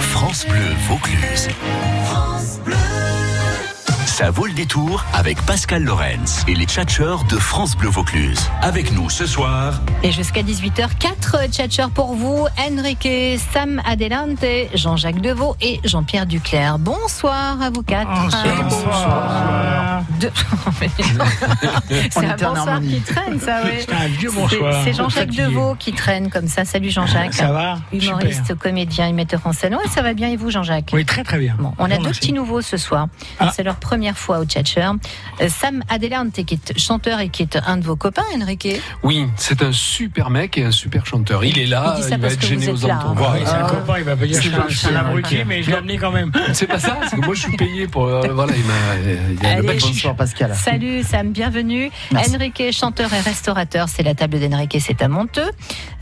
France Bleu Vaucluse. France Bleu. Ça vaut le détour avec Pascal Lorenz et les tchatcheurs de France Bleu Vaucluse. Avec nous ce soir. Et jusqu'à 18h, 4 tchatcheurs pour vous Enrique, Sam Adelante, Jean-Jacques Deveau et Jean-Pierre Duclerc. Bonsoir à vous quatre. Bonsoir. bonsoir. De... c'est un bonsoir qui traîne, ça, oui. C'est un vieux bonsoir. C'est Jean-Jacques Deveau qui traîne comme ça. Salut Jean-Jacques. Ça va Humoriste, Super. comédien et metteur en scène. Oui, ça va bien et vous, Jean-Jacques Oui, très très bien. Bon, on a bon, deux merci. petits nouveaux ce soir. Ah. C'est leur première fois au Tchatcher. Euh, Sam Adelante, qui est chanteur et qui est un de vos copains, Enrique. Oui, c'est un super mec et un super chanteur. Il est là, il, va être gêné aux entours. Hein. Ouais, c'est un copain, il va pas dire je suis un abruti, mais je l'ai amené quand même. C'est pas ça, c'est que moi je suis payé pour. Euh, voilà, il m'a. Allez, le bonsoir Pascal. Salut Sam, bienvenue. Merci. Enrique, chanteur et restaurateur, c'est la table d'Enrique, c'est à Monteux.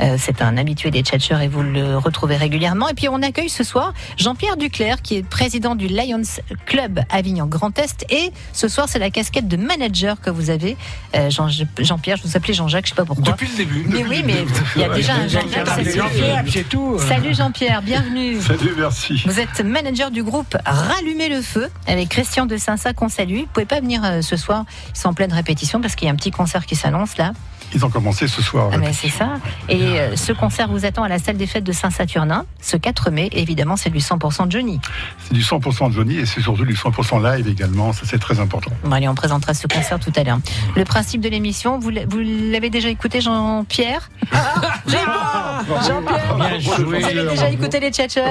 Euh, c'est un habitué des Tchatchers et vous le retrouvez régulièrement. Et puis on accueille ce soir Jean-Pierre Duclerc, qui est président du Lions Club Avignon Grand Est et ce soir, c'est la casquette de manager que vous avez. Euh, Jean-Pierre, Jean je vous appelais Jean-Jacques, je ne sais pas pourquoi. Depuis le début. Mais oui, mais il y a déjà un Jean-Jacques. Jean-Pierre, c'est tout. Salut Jean-Pierre, bienvenue. Salut, merci. Vous êtes manager du groupe Rallumer le feu avec Christian de Saint-Sac, qu'on salue. Vous pouvez pas venir euh, ce soir, ils sont en pleine répétition parce qu'il y a un petit concert qui s'annonce là. Ils ont commencé ce soir. Ah, c'est ça. Et euh, ce concert vous attend à la salle des fêtes de Saint-Saturnin ce 4 mai. Évidemment, c'est du 100% Johnny. C'est du 100% Johnny et c'est surtout du 100% live également. Ça, c'est très important. Bon, allez, on présentera ce concert tout à l'heure. Le principe de l'émission, vous l'avez déjà écouté, Jean-Pierre ah, Jean-Pierre Jean Vous avez déjà écouté les tchatchers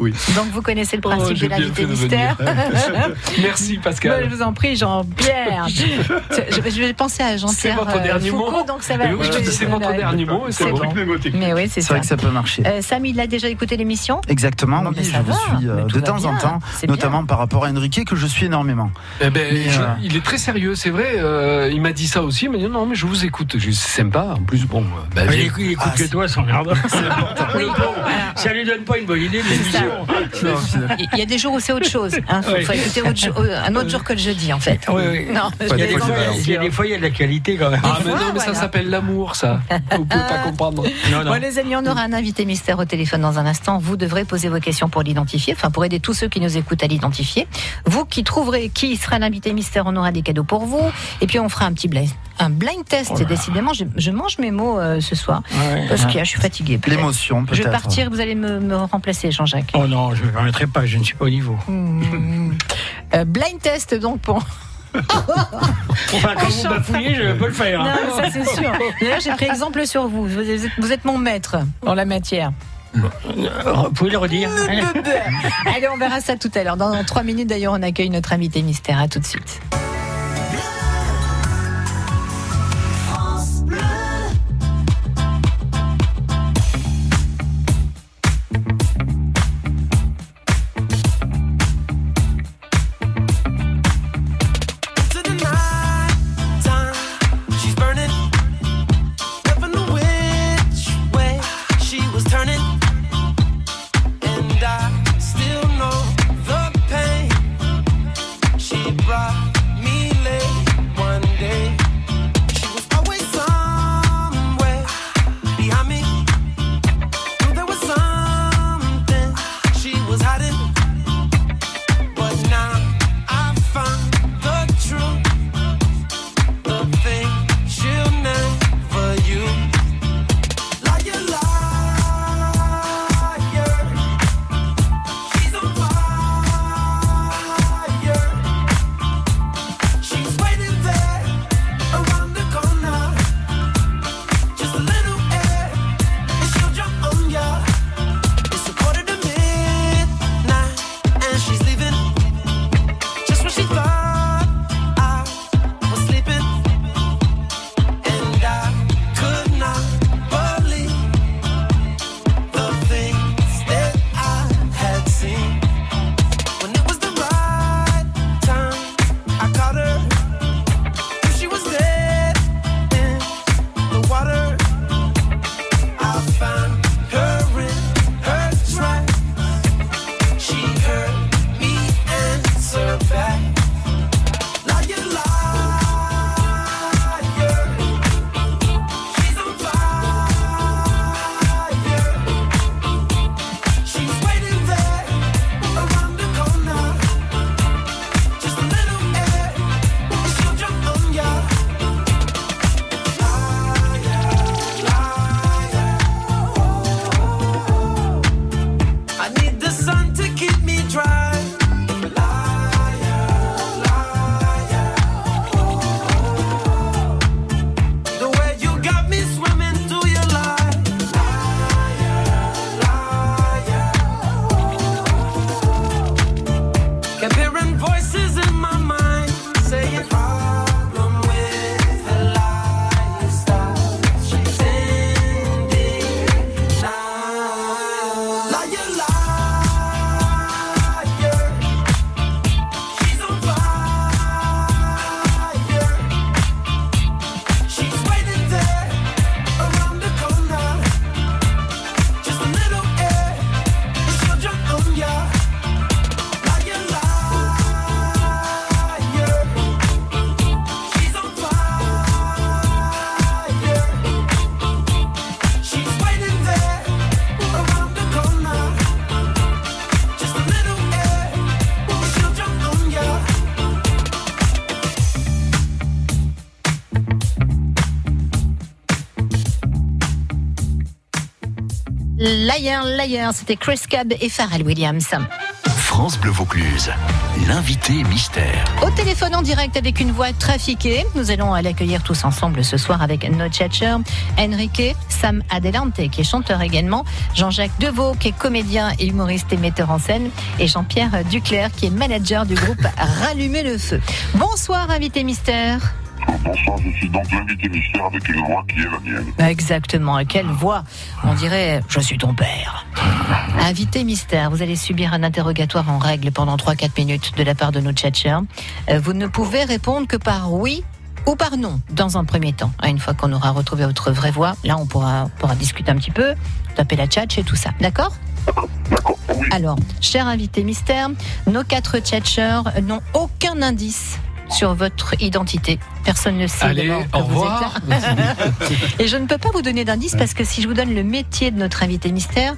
oui. Donc vous connaissez le principe oh, de l'invité mystère. Merci Pascal. Moi, je vous en prie Jean-Pierre. je, je, vais penser à Jean-Pierre. euh, C'est votre dernier Foucault, mot. Donc ça va. Oui, je c'est votre là, dernier mot. C'est bon. Mais oui, c'est vrai que ça peut marcher. Euh, Sam, il a déjà écouté l'émission. Exactement. Bon, oui, ben, ça je vous suis euh, de temps bien. en temps, notamment bien. par rapport à Enrique que je suis énormément. Eh ben, mais, je, euh... il est très sérieux, c'est vrai. euh, il m'a dit ça aussi. Il m'a dit non, mais je vous écoute. Je c'est sympa. En plus, bon. euh, Bah, bah, il ah, écoute que toi, sans merde. Ça lui donne pas une bonne idée. Non, il y a des jours où c'est autre chose. Hein. Il oui. faut écouter autre euh, un autre jour que le jeudi, en fait. Oui, oui. Non, il, y a des fois, il y a des fois, il y a de la qualité quand même. Ah, mais non, mais voilà. ça s'appelle l'amour, ça. Vous pouvez pas comprendre. Ah Non, non. Bon, les amis, on aura un invité mystère au téléphone dans un instant. Vous devrez poser vos questions pour l'identifier, enfin, pour aider tous ceux qui nous écoutent à l'identifier. Vous qui trouverez qui sera l'invité mystère, on aura des cadeaux pour vous. Et puis, on fera un petit blind, un blind test. Oh Décidément, je, je, mange mes mots euh, ce soir. Ouais, parce ouais. que là, je suis fatiguée. Peut L'émotion, peut-être. Je vais partir, vous allez me, me remplacer, Jean-Jacques. Oh non, je ne me permettrai pas, je ne suis pas au niveau. Mmh. Euh, blind test donc pour. enfin, quand vous bafouillez, je ne vais pas le faire. Non, hein. ça c'est sûr. D'ailleurs, j'ai pris exemple sur vous. Vous êtes, vous êtes mon maître en la matière. Euh, Vous pouvez le redire Allez, on verra ça tout à l'heure. Dans trois minutes, d'ailleurs, on accueille notre invité mystère. À tout de suite. Liar, Liar, c'était Chris Cab et Pharrell Williams. France Bleu Vaucluse, l'invité mystère. Au téléphone en direct avec une voix trafiquée, nous allons l'accueillir tous ensemble ce soir avec No Chatcher, Enrique, Sam Adelante qui est chanteur également, Jean-Jacques Deveau qui est comédien et humoriste et metteur en scène et Jean-Pierre Duclerc qui est manager du groupe Rallumer le feu. Bonsoir invité mystère. Bonsoir, je suis donc l'invité mystère avec une voix qui est la mienne. Exactement, et quelle voix On dirait je suis ton père. Invité mystère, vous allez subir un interrogatoire en règle pendant 3-4 minutes de la part de nos tchatchers. Vous ne pouvez répondre que par oui ou par non dans un premier temps. Une fois qu'on aura retrouvé votre vraie voix, là on pourra, on pourra discuter un petit peu, taper la tchatche et tout ça. D'accord D'accord, oui. Alors, cher invité mystère, nos quatre tchatchers n'ont aucun indice sur votre identité. Personne ne sait Allez, d'abord que au vous revoir. êtes là. Et je ne peux pas vous donner d'indice parce que si je vous donne le métier de notre invité mystère,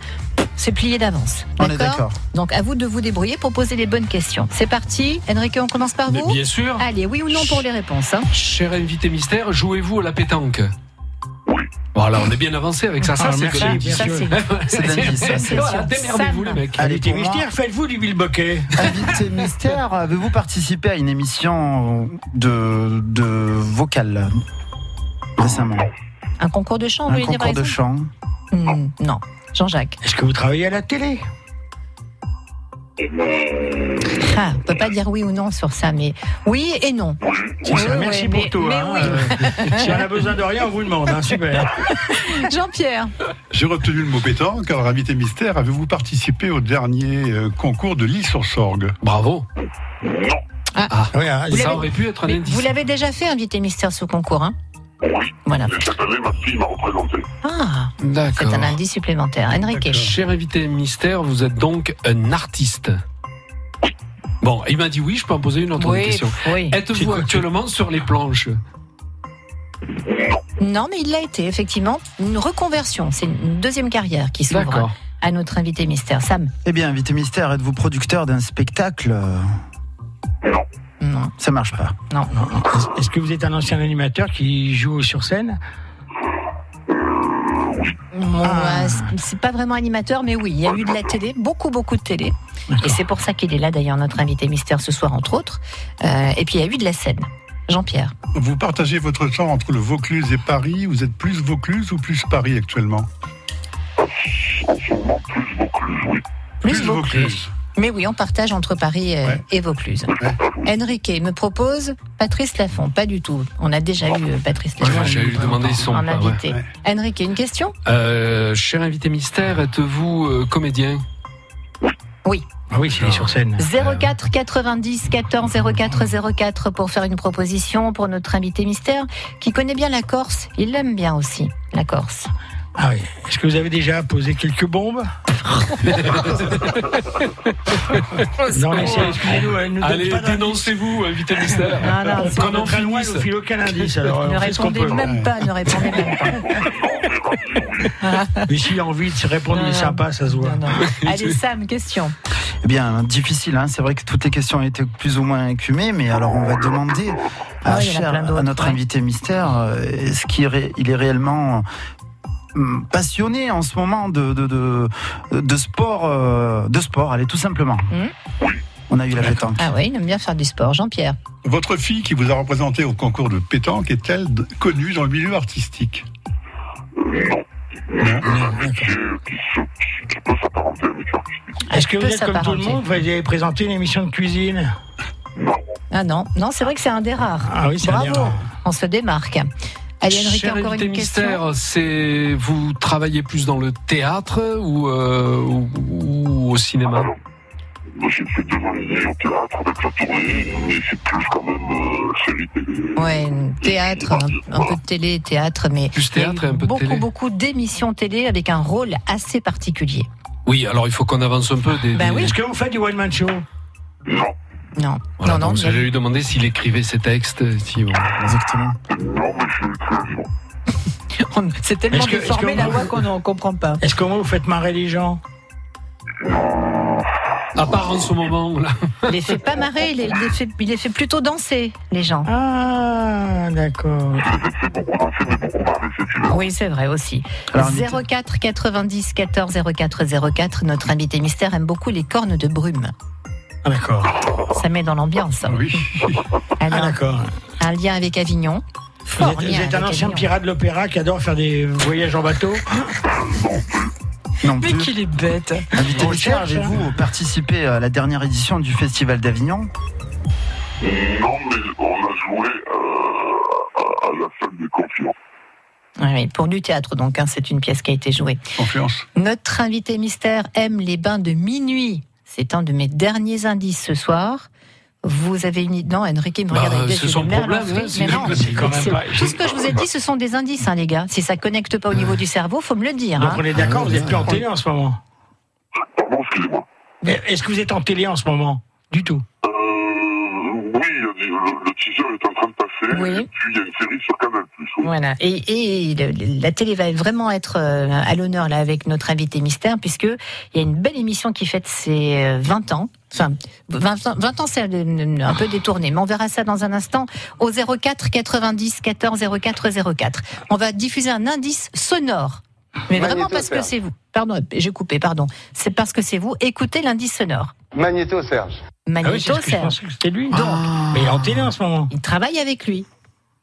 c'est plié d'avance. On est d'accord. Donc à vous de vous débrouiller pour poser les bonnes questions. C'est parti. Enrique, on commence par Mais vous bien sûr, Allez, oui ou non pour les réponses. hein. cher invité mystère, jouez-vous à la pétanque Oui. Voilà, on est bien avancé avec ça. Ça, Ah, c'est merci, que les- bien Ça, sûr. c'est- C'est Denis, ça, c'est Voilà, sûr. démerdez-vous, les Sam. mecs. Allez, Invité pour moi. mystère, faites-vous du bilboquet. Invité mystère, avez-vous participé à une émission de, de vocale récemment Un concours de chant, vous Un voulez dire par concours de exemple chant Hmm, Non. Jean-Jacques. Est-ce que vous travaillez à la télé Ah, on peut pas dire oui ou non sur ça, mais oui et non. C'est ça, Oui, Merci oui, pour mais- tout. mais hein. oui. Euh, si on a besoin de rien, on vous demande. hein, Super. Euh. Jean-Pierre. J'ai retenu le mot pétanque. Alors, invité mystère, avez-vous participé au dernier euh, concours de l'île sur Sorgue Bravo. Oui, hein, Vous Ah, ça l'avez- aurait pu être un Mais indice. Vous l'avez déjà fait, invité mystère, ce concours, hein Oui. Voilà. Et cette année, ma fille m'a représenté. Ah, c'est D'accord. un indice supplémentaire. Enrique. Euh, Cher invité mystère, vous êtes donc un artiste. Bon, il m'a dit oui, je peux en poser une autre question. oui. Êtes-vous actuellement sur les planches Non, mais il l'a été, effectivement. Une reconversion, c'est une deuxième carrière qui s'ouvre D'accord. à notre invité mystère. Sam Eh bien, invité mystère, êtes-vous producteur d'un spectacle Euh, Non, Ça marche pas. non, non. Est-ce que vous êtes un ancien animateur qui joue sur scène Bon, Ah. euh, c'est- c'est pas vraiment animateur, mais oui, il y a eu de la télé, beaucoup, beaucoup de télé. Et c'est pour ça qu'il est là, d'ailleurs, notre invité mystère ce soir, entre autres. Euh, et puis, il y a eu de la scène. Jean-Pierre. Vous partagez votre temps entre le Vaucluse et Paris. Vous êtes plus Vaucluse ou plus Paris actuellement En ce moment, plus Vaucluse, oui. Mais oui, on partage entre Paris euh, Ouais. et Vaucluse. Enrique me propose Patrice Laffont. Pas du tout. On a déjà eu euh, Patrice Ouais, Laffont. j'ai eu demandé son En pas, invité. ouais. Enrique, une question Euh, cher invité mystère, êtes-vous euh, comédien Ah oui, s'il est sur scène. 04 90 14 04 04 pour faire une proposition pour notre invité mystère qui connaît bien la Corse. Il l'aime bien aussi, la Corse. Ah oui. Est-ce que vous avez déjà posé quelques bombes Non, mais c'est- excusez-nous, elle nous donne Allez, pas d'indice. dénoncez-vous, invité mystère. Ah Non, non, c'est- Qu'on On est en très loin, elle finisse. nous file aucun indice. Alors, ne on fait ce qu'on répondez peut. même pas, ne répondez même pas. Mais s'il a envie de se répondre, il est Non, sympa, ça se voit. Non, non. Allez, Sam, question. Eh bien, difficile. hein. C'est vrai que toutes les questions étaient plus ou moins écumées, mais alors on va demander à, Ah oui, il y en a Cher- plein d'autres, à notre ouais. invité mystère euh, est-ce qu'il ré- il est réellement hum, passionné en ce moment de de, de, de sport euh, de sport allez tout simplement Mhm. on a eu la pétanque Ah oui, il aime bien faire du sport. Jean-Pierre. Votre fille qui vous a représenté au concours de pétanque est-elle d- connue dans le milieu artistique Euh, Tu peux s'apparenter à mes cœurs. Est-ce que vous Peut êtes comme tout le s'apparenter. monde Vous avez présenté une émission de cuisine Ah non, non, c'est vrai que c'est un des rares. Ah oui, c'est un Bravo, des rares. on se démarque. Allez, Enrique, Cher encore invité une question. mystère, c'est vous travaillez plus dans le théâtre ou, euh, ou- ou au cinéma Moi, J'ai fait deux ans et demi au théâtre avec la tournée, mais c'est plus quand même euh, série télé. Ouais, théâtre, un, un peu de télé, théâtre, mais Plus il y a eu théâtre et un peu de beaucoup, télé. beaucoup d'émissions télé avec un rôle assez particulier. Oui, alors il faut qu'on avance un peu. Des, Ben des- oui. Est-ce que vous faites du one-man show Non, Voilà, non, non. donc il y a J'allais eu- lui demander s'il écrivait ses textes. Si, bon. exactement Non, mais je suis très sûr. on- C'est tellement Est-ce que- déformé est-ce que- la voix qu'on ne comprend pas. Est-ce que vous faites marrer les gens À part en ce moment, là. Il les fait pas marrer, il les, il les fait, il les fait plutôt danser, les gens. Ah, d'accord. Oui, c'est vrai aussi. Alors, 04 90 14 04 04, notre invité mystère aime beaucoup les cornes de brume. Ah, d'accord. Ça met dans l'ambiance. Ah Oui. Elle Ah, a un, d'accord. un lien avec Avignon. Vous Fort êtes, vous lien êtes un avec ancien Avignon. pirate de l'opéra qui adore faire des voyages en bateau. Non plus. qu'il est bête. Invité On mystère, cherche, hein. avez-vous participé à la dernière édition du Festival d'Avignon Non, mais on a joué euh, à, à la salle des confiants. Oui, oui, pour du théâtre, donc, hein, c'est une pièce qui a été jouée. Confiance. Notre invité mystère aime les bains de minuit. C'est un de mes derniers indices ce soir. Vous avez une idée. Non, Enrique me Bah, regarde avec des c'est yeux de son merle problème, enflé. hein, c'est- Mais non, c'est quand même c'est- pas- Tout ce que je vous ai dit, ce sont des indices, hein, les gars. Si ça connecte pas au niveau du cerveau, faut me le dire. Donc hein. on est d'accord, vous Ah êtes plus en télé en ce moment. Pardon, Ah excusez-moi. Mais Est-ce que vous êtes en télé en ce moment Du tout. Euh, oui, il y a des- le, le teaser est en train de passer. Oui. Et puis, il y a une série sur Canal+. Plus. Voilà. Et, et le- le- la télé va vraiment être euh, à l'honneur là avec notre invité mystère, puisque il y a une belle émission qui fête ses euh, 20 ans. Enfin, 20 ans, 20 ans c'est euh, un un peu détourné, mais on verra ça dans un instant au 04 90 14 04 04. On va diffuser un indice sonore. Mais vraiment parce que c'est vous. Pardon, j'ai coupé, pardon. C'est parce que c'est vous. Écoutez l'indice sonore. Magnéto Serge. Ah oui, c'est Magneto ce que je Serge. pensais que c'était lui. Ah. Donc, mais il est en télé en ce moment. Il travaille avec lui.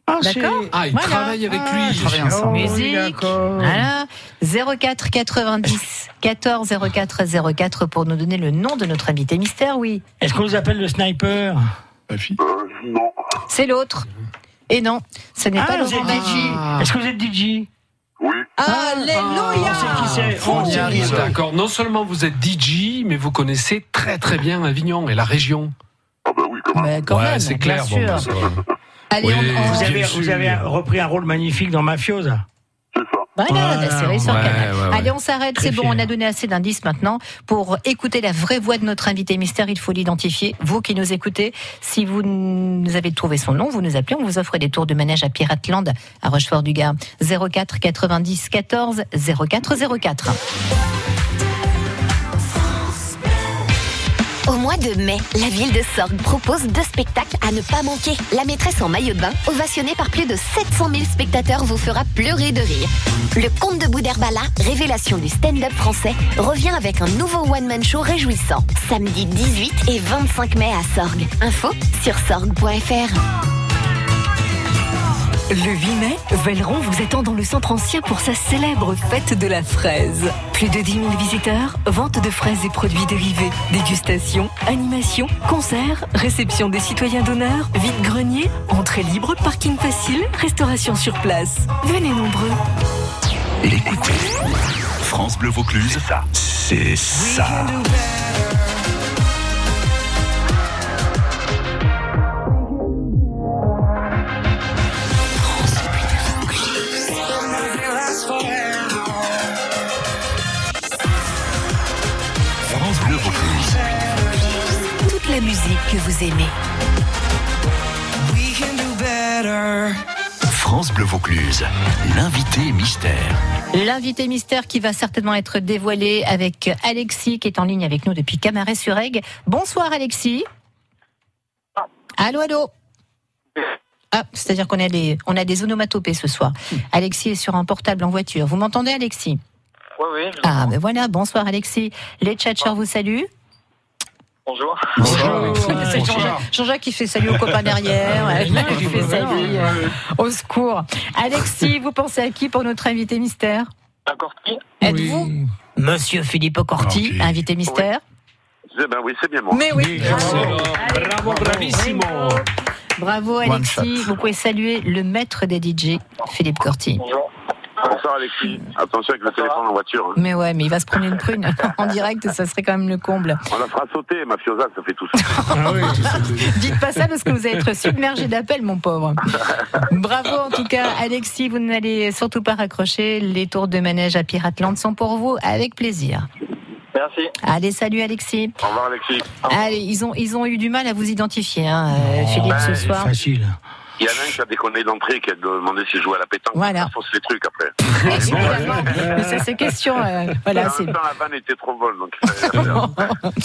Ah, c'est- D'accord. Ah, il Voilà. travaille avec Ah, lui. ils travaillent ensemble. oui, Musique. d'accord. Voilà, 04 90 14 04 04 pour nous donner le nom de notre invité mystère, oui. Est-ce qu'on vous appelle le sniper La fille. Euh, non, C'est l'autre. Et non, ce n'est pas Ah, vous Laurent êtes Baffy. DJ. Est-ce que vous êtes DJ oui. Alléluia On sait qui c'est. On y sait qui arrive. c'est. D'accord. Non seulement vous êtes DJ, mais vous connaissez très très bien Avignon et la région. Ah bah oui, quand même. Mais quand ouais, même, c'est clair. bien bon, bah, sûr. ça va. Allez, Oui, on- on- Vous Bien avez, sûr. vous avez un- repris un rôle magnifique dans Mafiosa. C'est ça. Voilà, la série sur Ouais, Canal. ouais, ouais. Allez, on s'arrête, Très c'est bon, fier. on a donné assez d'indices maintenant pour écouter la vraie voix de notre invité mystère, il faut l'identifier. Vous qui nous écoutez, si vous nous avez trouvé son nom, vous nous appelez, on vous offre des tours de manège à Pirateland à Rochefort-du-Gard 04 90 14 04 04. Au mois de mai, la ville de Sorgue propose deux spectacles à ne pas manquer. La maîtresse en maillot de bain, ovationnée par plus de 700 000 spectateurs, vous fera pleurer de rire. Le comte de Boudherbala, révélation du stand-up français, revient avec un nouveau one-man show réjouissant. Samedi 18 et 25 mai à Sorgue. Info sur sorgue.fr. Le 8 mai, Velleron vous attend dans le centre ancien pour sa célèbre fête de la fraise. Plus de 10 000 visiteurs, vente de fraises et produits dérivés, dégustation, animation, concerts, réception des citoyens d'honneur, vide-grenier, entrée libre, parking facile, restauration sur place. Venez nombreux. L'écouter. France Bleu Vaucluse, c'est ça. France Bleu Vaucluse. Toute la musique que vous aimez. France Bleu Vaucluse, l'invité mystère. L'invité mystère qui va certainement être dévoilé avec Alexis qui est en ligne avec nous depuis Camaret-sur-Aigle. Bonsoir Alexis. Allô, allô. Ah, c'est-à-dire qu'on a des, on a des onomatopées ce soir. Alexis est sur un portable en voiture. Vous m'entendez Alexis Oui, oui. je Ah, comprends. ben voilà, bonsoir Alexis. Les tchatcheurs vous saluent. Bonjour. Bonjour, Alexis. Oh, Ah, C'est Jean-Jacques Jean-Jacques qui fait salut aux copains derrière. Ouais, Jean-Jacques qui fait salut euh, au secours. Alexis, vous pensez à qui pour notre invité mystère D'accord. qui Êtes-vous Monsieur Philippe Ocorti, Ocorti. invité mystère Eh ben oui, c'est bien moi. Mais oui, bravo. Bravo, Allez, bravo, bravissimo. Bravo One Alexis, vous pouvez saluer le maître des DJ, Philippe Corti. Bonjour. Bonsoir Alexis. Attention avec le téléphone en voiture. hein. Mais ouais, mais il va se prendre une prune en direct, ça serait quand même le comble. On la fera sauter, Mafiosa, ça fait tout ça. Ah oui. Dites pas ça parce que vous allez être submergé d'appels, mon pauvre. Bravo en tout cas Alexis, vous n'allez surtout pas raccrocher. Les tours de manège à Pirateland sont pour vous, avec plaisir. Merci. Allez, salut Alexis. Au revoir Alexis. Allez, ils ont, ils ont eu du mal à vous identifier, hein, euh, Philippe, ce ben, soir. Facile. Il y en a un qui a déconné d'entrée, qui a demandé s'il jouait à la pétanque. Voilà. Il faut les trucs après. Mais c'est ces questions. euh, Bah, voilà, en c'est. même Ah, temps, la vanne était trop bonne. Donc,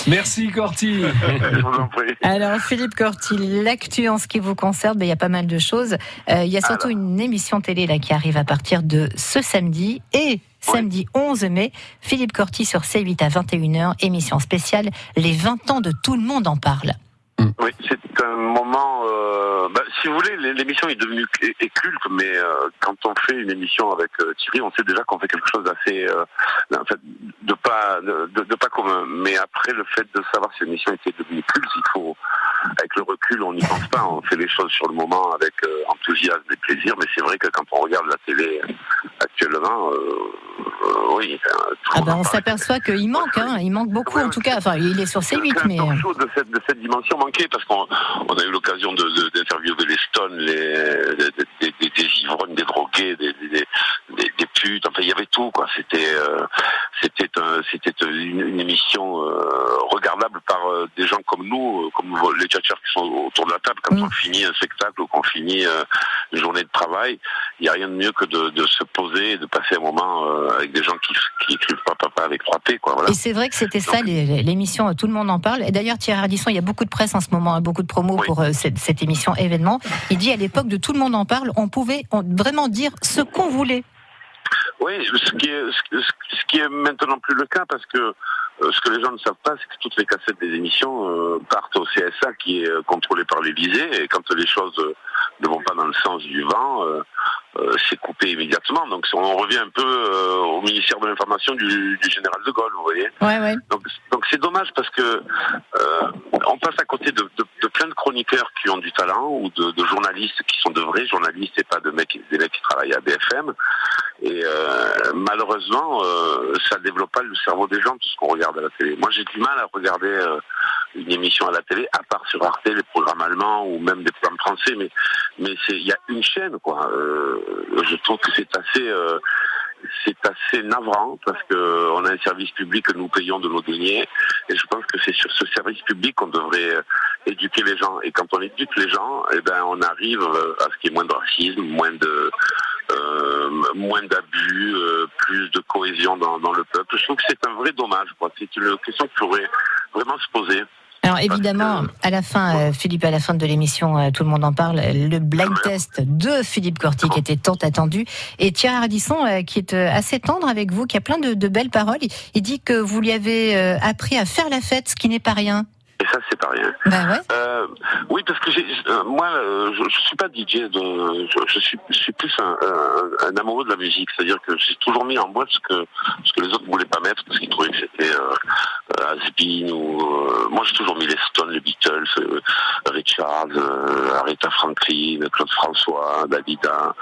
Merci Corti. je vous en prie. Alors, Philippe Corti, l'actu en ce qui vous concerne, ben, il y a pas mal de choses. Euh, il y a surtout une émission télé là, qui arrive à partir de ce samedi et samedi 11 mai. Philippe Corti sur C8 à 21h, émission spéciale. Les 20 ans de Tout le monde en parle. Oui, c'est un moment. euh, bah, si vous voulez, l'é- l'émission est devenue cl- est culte, mais euh, quand on fait une émission avec euh, Thierry, on sait déjà qu'on fait quelque chose d'assez, euh, en fait, de pas, de, de- de pas commun. Mais après, le fait de savoir si l'émission était devenue culte, il faut, avec le recul, on n'y pense pas. On fait les choses sur le moment avec euh, enthousiasme et plaisir. Mais c'est vrai que quand on regarde la télé euh, actuellement, euh, euh, oui, enfin, tout Ah ben, on s'aperçoit qu'il manque, hein, il manque beaucoup en tout cas. Enfin, il est sur C8, mais. euh, chose de cette, de cette dimension manquée parce qu'on on a eu l'occasion de- de- d'interviewer les stones, les, des, des- des- des ivrognes, des drogués, des, des, des- des- des putes. Enfin, il y avait tout quoi. C'était euh, c'était un- c'était une, une émission euh, regardable par euh, des gens comme nous, euh, comme vos- les tchatchers qui sont autour de la table. Mm. Quand on finit un spectacle ou qu'on finit euh, une journée de travail, il n'y a rien de mieux que de, de se poser et de passer un moment euh, avec des gens qui qui écrivent pas papa avec trois P quoi. Voilà. Et c'est vrai que c'était ça, les- les- l'émission euh, Tout le monde en parle. Et d'ailleurs, Thierry Ardisson, il y a beaucoup de presse en ce moment, hein, beaucoup de promos pour euh, cette, cette émission événement. Il dit à l'époque de Tout le monde en parle, on pouvait on- vraiment dire ce qu'on voulait. Oui, ce qui est, ce, ce- ce qui est maintenant plus le cas parce que euh, ce que les gens ne savent pas, c'est que toutes les cassettes des émissions euh, partent au CSA qui est euh, contrôlé par l'Élysée et quand les choses euh, ne vont pas dans le sens du vent, euh, euh, c'est coupé immédiatement. Donc on revient un peu euh, au ministère de l'Information du, du général de Gaulle, vous voyez. Donc donc c'est dommage parce que euh, on passe à côté de, de- de plein de chroniqueurs qui ont du talent ou de, de journalistes qui sont de vrais journalistes et pas de mecs, des mecs qui travaillent à BFM. Et euh, malheureusement, euh, ça développe pas le cerveau des gens tout ce qu'on regarde à la télé. Moi, j'ai du mal à regarder euh, une émission à la télé, à part sur Arte, les programmes allemands ou même des programmes français. Mais mais c'est il y a une chaîne quoi. Euh, je trouve que c'est assez euh, c'est assez navrant parce que on a un service public que nous payons de nos deniers et je pense que c'est sur ce service public qu'on devrait euh, éduquer les gens et quand on éduque les gens eh ben on arrive euh, à ce qu'il y ait moins de racisme moins de euh, moins d'abus euh, plus de cohésion dans, dans le peuple je trouve que c'est un vrai dommage quoi c'est une question qu'il faudrait vraiment se poser Alors évidemment, à la fin, euh, Philippe, à la fin de l'émission, euh, tout le monde en parle, euh, le blind test de Philippe Corti qui était tant attendu. Et Thierry Ardisson, euh, qui est euh, assez tendre avec vous, qui a plein de, de belles paroles, il, il dit que vous lui avez euh, appris à faire la fête, ce qui n'est pas rien. Et ça, c'est pas rien. Euh, oui, parce que j'ai- euh, moi, euh, je, je suis pas DJ, de, je, je suis, je suis plus un, un- un amoureux de la musique. C'est-à-dire que j'ai toujours mis en boîte ce que, ce que les autres ne voulaient pas mettre parce qu'ils trouvaient que c'était euh, euh, has-been ou. euh, moi, j'ai toujours mis les Stones, les Beatles, euh, Richard, euh, Aretha Franklin, Claude François, Dalida.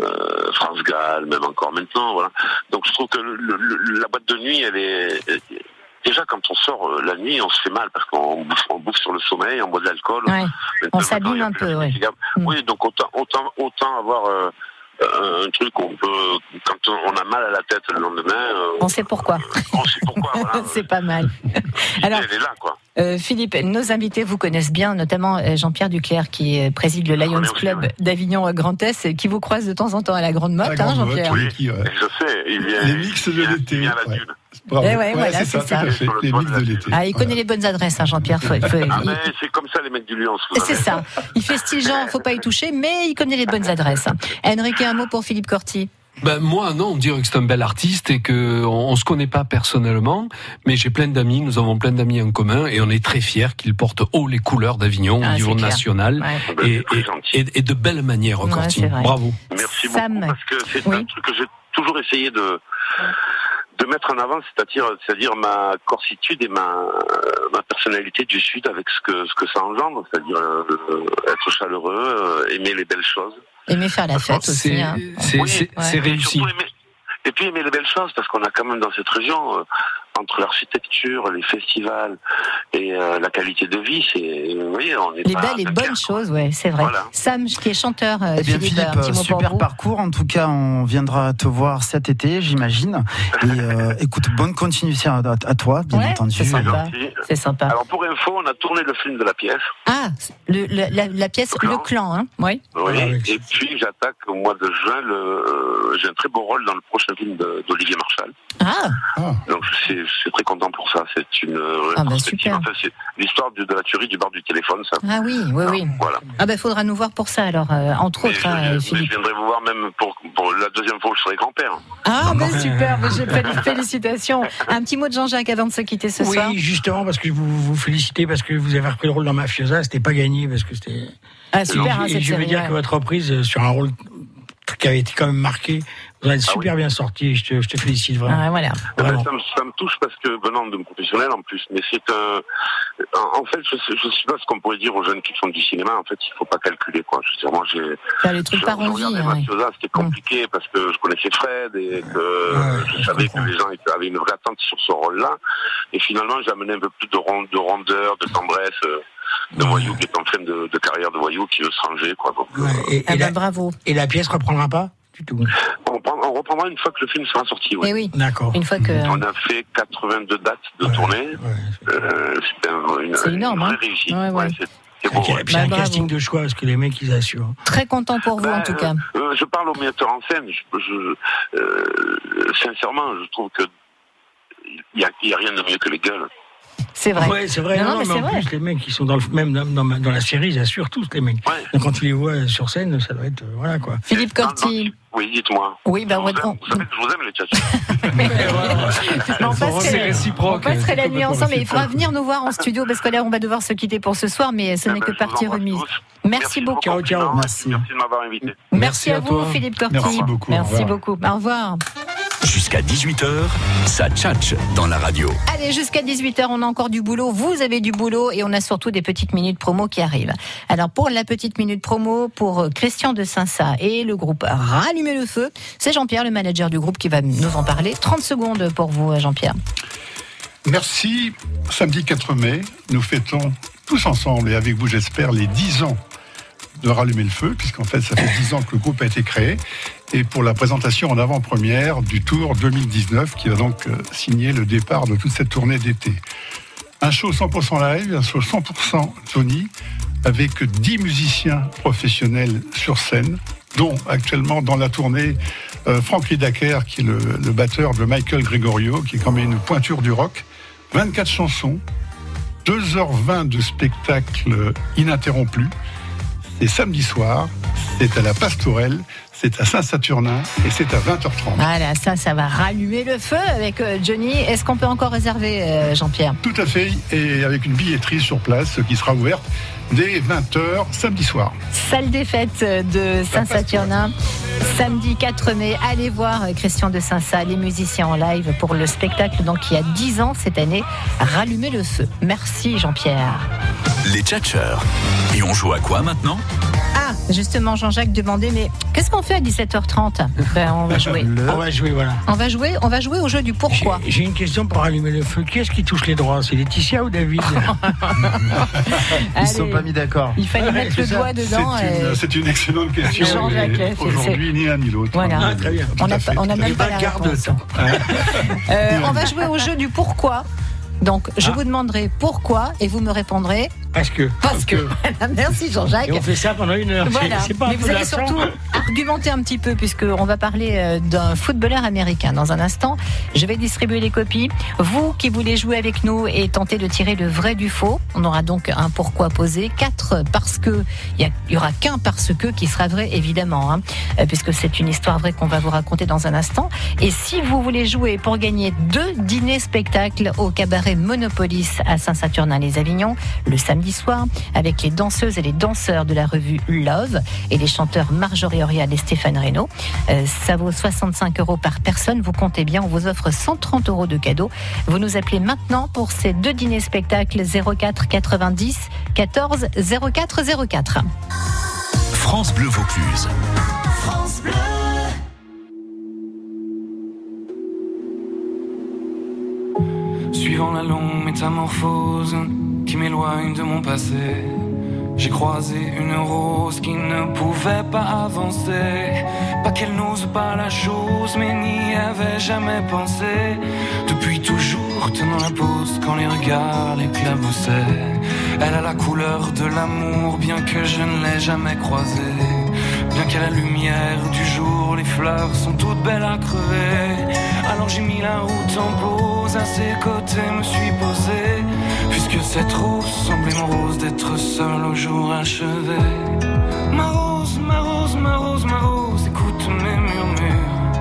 euh, France Gall, même encore maintenant, voilà. Donc je trouve que le- le- la boîte de nuit, elle est, Déjà, quand on sort euh, la nuit, on se fait mal parce qu'on bouffe, on bouffe sur le sommeil, on boit de l'alcool. On s'abîme un peu, ouais. Mm. Oui, donc autant, autant, autant avoir euh, euh, un truc qu'on peut, quand on a mal à la tête le lendemain, euh, On sait pourquoi. on sait pourquoi. voilà. C'est pas mal. Alors, elle est là, quoi. Euh, Philippe, nos invités vous connaissent bien, notamment euh, Jean-Pierre Duclerc qui euh, préside le Ah, Lions Club d'Avignon euh, Grand Est et qui vous croise de temps en temps à la Grande Motte, hein, Jean-Pierre oui, qui, euh, Je sais, il vient. Les mix de l'été. ouais. Bravo. Eh ouais, voilà, c'est ça, c'est ça. tout à fait. Les mix de l'été. Ah, il connaît les bonnes adresses, hein, Jean-Pierre. Faut- faut- Ah, ben, il- mais c'est comme ça les mecs du Lyon. vous C'est savez. ça. Il fait style genre, faut pas y toucher, mais il connaît les bonnes adresses. Enrique, un mot pour Philippe Corti. Ben moi non, on dirait que c'est un bel artiste et que on, on se connaît pas personnellement, mais j'ai plein d'amis, nous avons plein d'amis en commun et on est très fiers qu'il porte haut les couleurs d'Avignon Ah, au niveau c'est clair. national Ah bah, Ouais. et, et, et- et de belle manière, Ouais, Corti. c'est vrai. Bravo. Merci Sam. beaucoup parce que c'est un truc que j'ai toujours essayé de de mettre en avant, c'est-à-dire c'est-à-dire ma corsitude et ma ma personnalité du sud avec ce que ce que ça engendre, c'est-à-dire euh, être chaleureux, euh, aimer les belles choses. Aimez faire la fête aussi. hein. Oui, et puis surtout aimer- Et puis aimer les belles choses parce qu'on a quand même dans cette région euh, entre l'architecture, les festivals et euh, la qualité de vie, c'est, vous voyez, on est Les pas belles et à bonnes choses, ouais, c'est vrai. Ah, Voilà. Sam, qui est chanteur, euh, Eh bien, Philippe, un Philippe, petit mot pour super vous. parcours. En tout cas, on viendra te voir cet été, j'imagine. Et euh, écoute, bonne continuation à, à toi, bien Ouais, entendu. c'est sympa. Merci. C'est sympa. Alors pour info, on a tourné le film de la pièce. Ah, le- le- la, la pièce Le Clan, hein Oui. Oui. Et puis j'attaque au mois de juin. Le... euh, J'ai un très beau rôle dans le prochain film de- d'Olivier Marchal. Ah, Donc je suis, je suis très content pour ça. C'est une euh, Ah, bah, perspective. super. Enfin, c'est l'histoire de, de la tuerie du bar du téléphone. Ça. ah oui, oui, oui. Voilà. Ah ben, faudra nous voir pour ça alors, euh, entre autres, hein, Mais Philippe. je viendrai vous voir même pour, pour la deuxième fois où je serai grand-père. Ah, ben super, ben, j'ai pas dit félicitations. Un petit mot de Jean-Jacques avant de se quitter ce oui, soir. justement, parce que vous vous félicitez, parce que vous avez repris le rôle dans Mafiosa, c'était pas gagné, parce que c'était. Ah, super, Et- hein, et cette je veux série, dire ouais. que votre reprise euh, sur un rôle qui avait été quand même marqué, vous en Ah êtes super bien sorti, je te, je te félicite vraiment. Ah, voilà. Eh ben, ça, me, ça me touche parce que venant de professionnel en plus, mais c'est un. En, en fait, je sais, je sais pas ce qu'on pourrait dire aux jeunes qui font du cinéma. En fait, il faut pas calculer quoi. Je veux dire, moi, j'ai. Faire les trucs je- par je envie. regardais hein, ouais. Mafiosa, c'était compliqué parce que je connaissais Fred et que je savais que les gens étaient- avaient une vraie attente sur ce rôle-là. Et finalement, j'ai amené un peu plus de, rond- de rondeur, de tendresse, euh, de voyou qui est en train de, de carrière de voyou qui veut se ranger quoi. Donc, euh, Et, et la, Ah bah, bravo. Et la pièce reprendra pas du tout. on, reprend- on reprendra une fois que le film sera sorti. oui. Eh oui. D'accord. Une fois que. On a fait 82 dates de tournée. Euh, C'était un- une, C'est énorme, une vraie hein. réussite. Ouais, ouais. Ouais, c'est- c'est beau, ouais. Et puis c'est un casting de choix, parce que les mecs, ils assurent. Bah, Très content pour vous, en tout cas. Euh, je parle au metteur en scène. Je, je- euh, sincèrement, je trouve que il n'y a, il y a rien de mieux que les gueules. C'est vrai. Ouais, c'est vrai. Non, Non, non, mais mais, c'est en vrai. plus, les mecs, ils sont dans le même dans, dans ma- dans la série, ils assurent tous les mecs. Donc quand tu les vois sur scène, ça doit être euh, voilà quoi. Philippe Corti. Oui, dites-moi. Oui, ben, on va. on- Vous savez que je vous aime, les tchatchers. Mais on passerait, on passerait la nuit ensemble et il faudra réciproque. venir nous voir en studio parce que là on va devoir se quitter pour ce soir mais ce n'est que partie remise. Merci beaucoup. Merci. Merci de m'avoir invité. Merci à vous Philippe Corti. Merci beaucoup, au Merci revoir. beaucoup. Au revoir. Jusqu'à 18h, ça tchatche dans la radio. Allez, jusqu'à 18h, on a encore du boulot, vous avez du boulot et on a surtout des petites minutes promo qui arrivent. Alors pour la petite minute promo, pour euh, Christian de Saint-Sa et le groupe Rallumer le feu, c'est Jean-Pierre, le manager du groupe, qui va nous en parler. 30 secondes pour vous, euh, Jean-Pierre. Merci. Samedi 4 mai, nous fêtons tous ensemble et avec vous, j'espère, les 10 ans de rallumer le feu, puisqu'en fait, ça fait 10 ans que le groupe a été créé. Et pour la présentation en avant-première du Tour 2019, qui va donc euh, signer le départ de toute cette tournée d'été. Un show 100% live, un show 100% Tony, avec 10 musiciens professionnels sur scène, dont actuellement dans la tournée euh, Franck Lidacker, qui est le, le batteur de Michael Gregorio, qui est quand même une pointure du rock. 24 chansons, 2h20 de spectacle ininterrompu. C'est samedi soir, c'est à la Pastourelle, c'est à Saint-Saturnin et c'est à 20h30. Voilà, ça, ça va rallumer le feu avec euh, Johnny. Est-ce qu'on peut encore réserver, euh, Jean-Pierre Tout à fait, et avec une billetterie sur place qui sera ouverte dès 20h samedi soir. Salle des fêtes de Saint-Saturnin, samedi 4 mai. Allez voir Christian de Saint-Sa, les musiciens en live pour le spectacle donc qui a 10 ans cette année. Rallumez le feu. Merci Jean-Pierre. Les tchatcheurs. Et on joue à quoi maintenant Ah, justement, Jean-Jacques demandait, mais qu'est-ce qu'on fait à 17h30 ben, On va jouer. Bah, On va jouer, voilà. On va jouer, on va jouer au jeu du pourquoi. J'ai une question pour allumer le feu. Qui est-ce qui touche les droits C'est Laetitia ou David Ils ne sont pas mis d'accord. Il fallait mettre le doigt dedans. C'est une- et- C'est une, excellente question. Jean-Jacques, mais c'est- c'est- Aujourd'hui, ni l'un ni l'autre. Voilà. Ah, très bien. On n'a pas- on n'a même pas la réponse. Euh, on va jouer au jeu du pourquoi. Donc, je vous demanderai pourquoi et vous me répondrez Parce que. Parce que. Voilà, Merci Jean-Jacques. Et on fait ça pendant une heure. Voilà. C'est- c'est pas un Mais peu vous allez lassant surtout argumenter un petit peu, puisqu'on va parler euh, d'un footballeur américain dans un instant. Je vais distribuer les copies. Vous qui voulez jouer avec nous et tenter de tirer le vrai du faux, on aura donc un pourquoi posé, quatre parce que, il y a- il y aura qu'un parce que qui sera vrai, évidemment, hein, euh, puisque c'est une histoire vraie qu'on va vous raconter dans un instant. Et si vous voulez jouer pour gagner deux dîners spectacles au cabaret Monopolis à Saint-Saturnin-les-Avignon, le samedi soir, avec les danseuses et les danseurs de la revue Love et les chanteurs Marjorie Orial et Stéphane Reynaud. Euh, ça vaut 65 euros par personne. Vous comptez bien, on vous offre 130 euros de cadeaux. Vous nous appelez maintenant pour ces deux dîners spectacles 04 90 14 04 04. France Bleu Vaucluse. Suivant la longue métamorphose qui m'éloigne de mon passé, j'ai croisé une rose qui ne pouvait pas avancer. Pas qu'elle n'ose pas la chose, mais n'y avait jamais pensé. Depuis toujours, tenant la pose quand les regards l'éclaboussaient. Elle a la couleur de l'amour, bien que je ne l'ai jamais croisée. Bien qu'à la lumière du jour, les fleurs sont toutes belles à crever. Alors j'ai mis la route en pause, à ses côtés me suis posé. Puisque cette rose semblait mon rose d'être seule au jour achevé. Ma rose, ma rose, ma rose, ma rose, écoute mes murmures.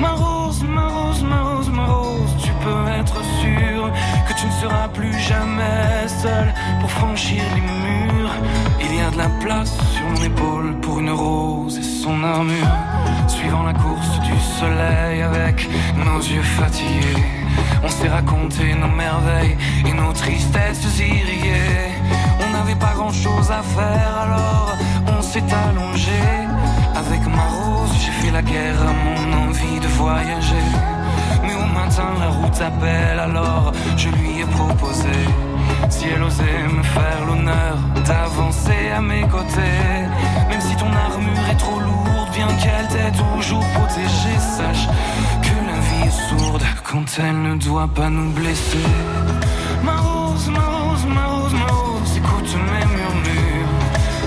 Ma rose, ma rose, ma rose, ma rose, tu peux être sûre que tu ne seras plus jamais seule pour franchir les murs. Il y a de la place sur mon épaule pour une rose et son armure. Suivant la course du soleil avec nos yeux fatigués, on s'est raconté nos merveilles et nos tristesses irriguées. On n'avait pas grand chose à faire alors on s'est allongé. Avec ma rose, j'ai fait la guerre à mon envie de voyager. Mais au matin, la route appelle, alors je lui ai proposé. Si elle osait me faire l'honneur d'avancer à mes côtés, même si ton armure est trop lourde, bien qu'elle t'ait toujours protégée, sache que la vie est sourde quand elle ne doit pas nous blesser. Ma rose, ma rose, ma rose, ma rose, écoute mes murmures.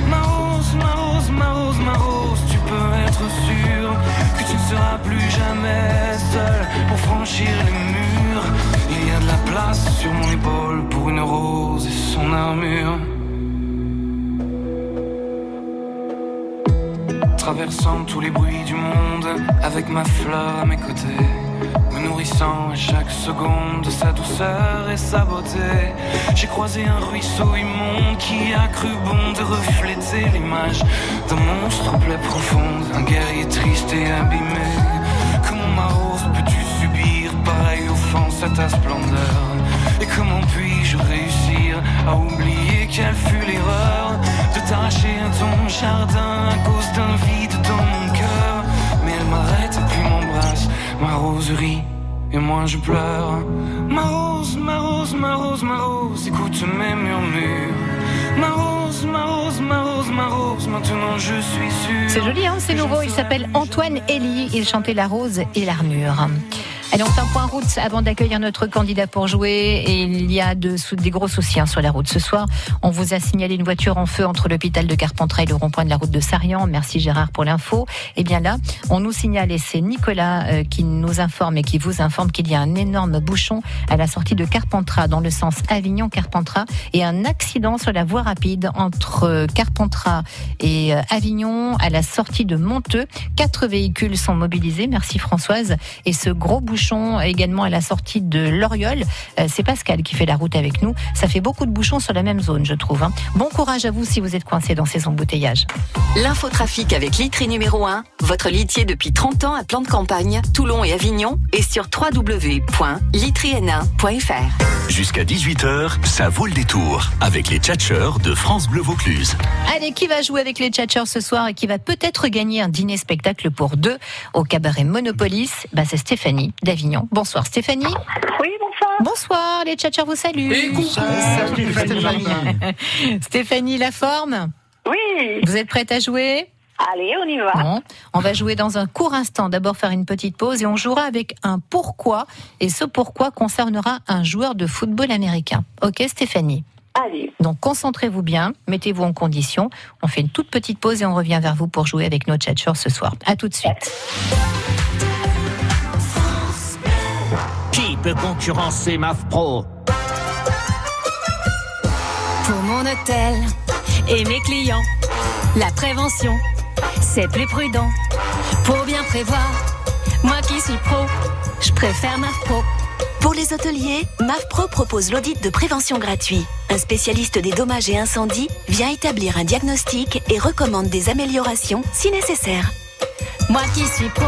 Ma rose, ma rose, ma rose, ma rose, tu peux être sûr que tu ne seras plus jamais seule pour franchir les murs. Il y a de la place sur mon épaule pour une rose et son armure. Traversant tous les bruits du monde avec ma fleur à mes côtés. Me nourrissant à chaque seconde de sa douceur et sa beauté. J'ai croisé un ruisseau immonde qui a cru bon de refléter l'image d'un monstre plaie profonde, un guerrier triste et abîmé. Comment ma rose peux-tu subir pareille offense à ta splendeur Et comment puis-je réussir à oublier quelle fut l'erreur de t'arracher à ton jardin à cause d'un vide dans mon cœur Mais elle m'arrête puis m'embrasse, ma roserie et moi je pleure. Ma rose, ma rose, ma rose, ma rose, écoute mes murmures. Ma rose, ma rose, ma rose, ma rose, maintenant je suis sûr. C'est joli, hein, c'est nouveau. Il s'appelle Antoine Elie. Il chantait La Rose et l'Armure. Allez, on fait un point route avant d'accueillir notre candidat pour jouer. Et il y a de- sous- des gros soucis hein, sur la route ce soir. On vous a signalé une voiture en feu entre l'hôpital de Carpentras et le rond-point de la route de Sarian. Merci Gérard pour l'info. Et bien là, on nous signale, et c'est Nicolas euh, qui nous informe et qui vous informe qu'il y a un énorme bouchon à la sortie de Carpentras dans le sens Avignon-Carpentras et un accident sur la voie rapide entre euh, Carpentras et euh, Avignon à la sortie de Monteux. Quatre véhicules sont mobilisés. Merci Françoise. Et ce gros bouchon également à la sortie de Loriol. Euh, C'est Pascal qui fait la route avec nous. Ça fait beaucoup de bouchons sur la même zone, je trouve. hein. Bon courage à vous si vous êtes coincé dans ces embouteillages. L'infotrafic avec Litry numéro 1, votre litier depuis 30 ans à plan de campagne, Toulon et Avignon, et sur www.litryn1.fr. Jusqu'à 18h, ça vaut le détour avec les tchatcheurs de France Bleu Vaucluse. Allez, qui va jouer avec les tchatcheurs ce soir et qui va peut-être gagner un dîner spectacle pour deux au cabaret Monopolis bah, C'est Stéphanie d'Avignon. Bonsoir Stéphanie. Oui, bonsoir. Bonsoir, les tchatcheurs vous saluent. Salut, Stéphanie. Stéphanie, la forme Oui. Vous êtes prête à jouer Allez, on y va. On va jouer dans un court instant. D'abord faire une petite pause et on jouera avec un pourquoi. Et ce pourquoi concernera un joueur de football américain. Ok Stéphanie Allez. Donc concentrez-vous bien, mettez-vous en condition. On fait une toute petite pause et on revient vers vous pour jouer avec nos tchatcheurs ce soir. À tout de suite. Qui peut concurrencer MAF Pro Pour mon hôtel et mes clients, la prévention, c'est plus prudent. Pour bien prévoir, moi qui suis pro, je préfère ma pro. Pour les hôteliers, MAFPRO propose l'audit de prévention gratuit. Un spécialiste des dommages et incendies vient établir un diagnostic et recommande des améliorations si nécessaire. Moi qui suis pro,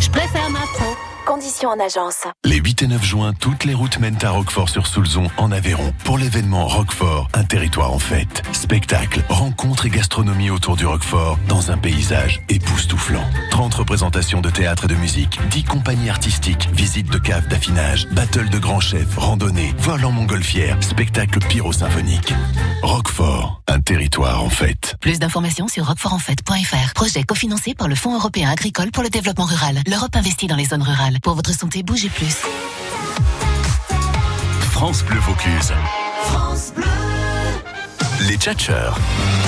je préfère ma pro. Conditions en agence. Les 8 et 9 juin, toutes les routes mènent à Roquefort-sur-Soulzon, en Aveyron, pour l'événement Roquefort, un territoire en fête. Spectacle, rencontres et gastronomie autour du Roquefort, dans un paysage époustouflant. 30 représentations de théâtre et de musique, 10 compagnies artistiques, visites de caves d'affinage, battle de grands chefs, randonnées, vol en montgolfière, spectacle pyro-symphonique. Roquefort, un territoire en fête. Plus d'informations sur roquefortenfête.fr. Projet cofinancé par le Fonds européen agricole pour le développement rural. L'Europe investit dans les zones rurales. Pour votre santé, bougez plus. France Bleu Vaucluse. Les tchatcheurs.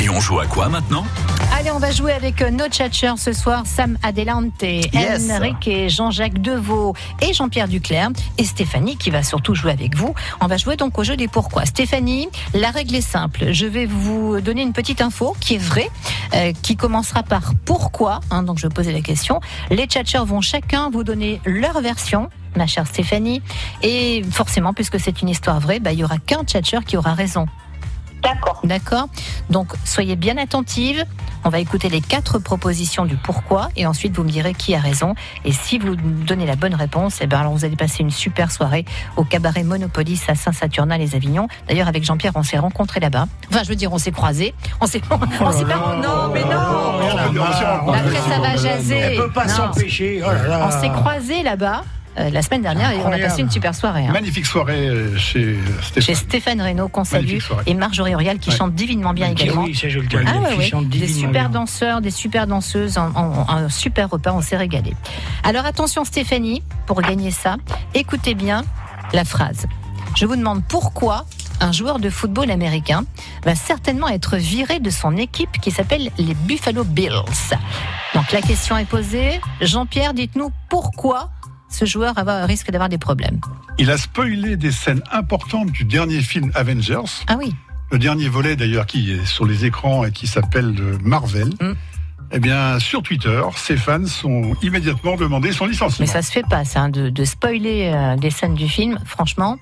Et on joue à quoi maintenant Allez, on va jouer avec euh, nos tchatcheurs ce soir. Sam Adelante, Yes. Enrique, Jean-Jacques Deveau et Jean-Pierre Duclerc. Et Stéphanie qui va surtout jouer avec vous. On va jouer donc au jeu des pourquoi. Stéphanie, la règle est simple. Je vais vous donner une petite info qui est vraie, euh, qui commencera par pourquoi. hein, donc je vais poser la question. Les tchatcheurs vont chacun vous donner leur version. Ma chère Stéphanie. Et forcément, puisque c'est une histoire vraie, bah, il y aura qu'un tchatcheur qui aura raison. D'accord. D'accord. Donc soyez bien attentive. On va écouter les quatre propositions du pourquoi et ensuite vous me direz qui a raison. Et si vous me donnez la bonne réponse, eh ben alors vous allez passer une super soirée au cabaret Monopolis à Saint-Saturnin les Avignon. D'ailleurs avec Jean-Pierre on s'est rencontrés là-bas. Enfin je veux dire on s'est croisés. On s'est on Oh s'est pas Ah, non Oh, mais non. Ah, Après ça va jaser. Elle peut pas Non. s'empêcher. Oh là là. On s'est croisés là-bas euh, la semaine dernière et on a Incroyable. passé une super soirée. hein. Magnifique soirée euh, chez Stéphane. Chez Stéphane Reynaud, qu'on salue, Magnifique soirée. et Marjorie Orial qui Ouais. chante divinement bien Qui- également. oui, ça, je le calme, Ah qui ouais, ouais. chante Des divinement super danseurs, des super danseuses, en- en- en- un super repas, on s'est régalé. Alors attention Stéphanie, pour gagner ça, écoutez bien la phrase. Je vous demande pourquoi un joueur de football américain va certainement être viré de son équipe qui s'appelle les Buffalo Bills. Donc la question est posée. Jean-Pierre, dites-nous pourquoi ce joueur va- risque d'avoir des problèmes. Il a spoilé des scènes importantes du dernier film Avengers. Ah oui. Le dernier volet d'ailleurs qui est sur les écrans et qui s'appelle euh, Marvel. Mm. Eh bien, sur Twitter, ses fans sont immédiatement demandé son licenciement. Mais ça se fait pas, ça, hein, de, de spoiler euh, des scènes du film, franchement.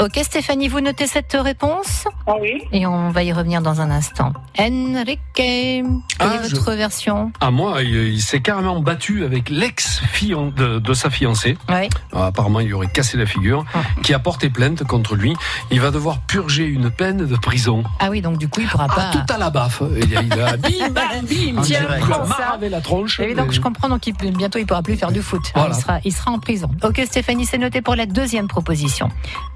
Ok, Stéphanie, vous notez cette réponse Oui. Et on va y revenir dans un instant. Enrique, quelle Ah, est je- votre version À moi, il, il s'est carrément battu avec l'ex de, de sa fiancée. Ouais. Ah. Alors, apparemment, il lui aurait cassé la figure, qui a porté plainte contre lui. Il va devoir purger une peine de prison. Ah oui, donc du coup, il pourra pas. Tout à la baffe. Il a, il a- Ah, bah, bim, bam, bim. Tiens, Il a prends marre ça. avec la tronche. Et donc, Mais- je comprends, donc il- bientôt il pourra plus faire du foot. Voilà. Il, sera, il sera en prison. Ok, Stéphanie, c'est noté pour la deuxième proposition.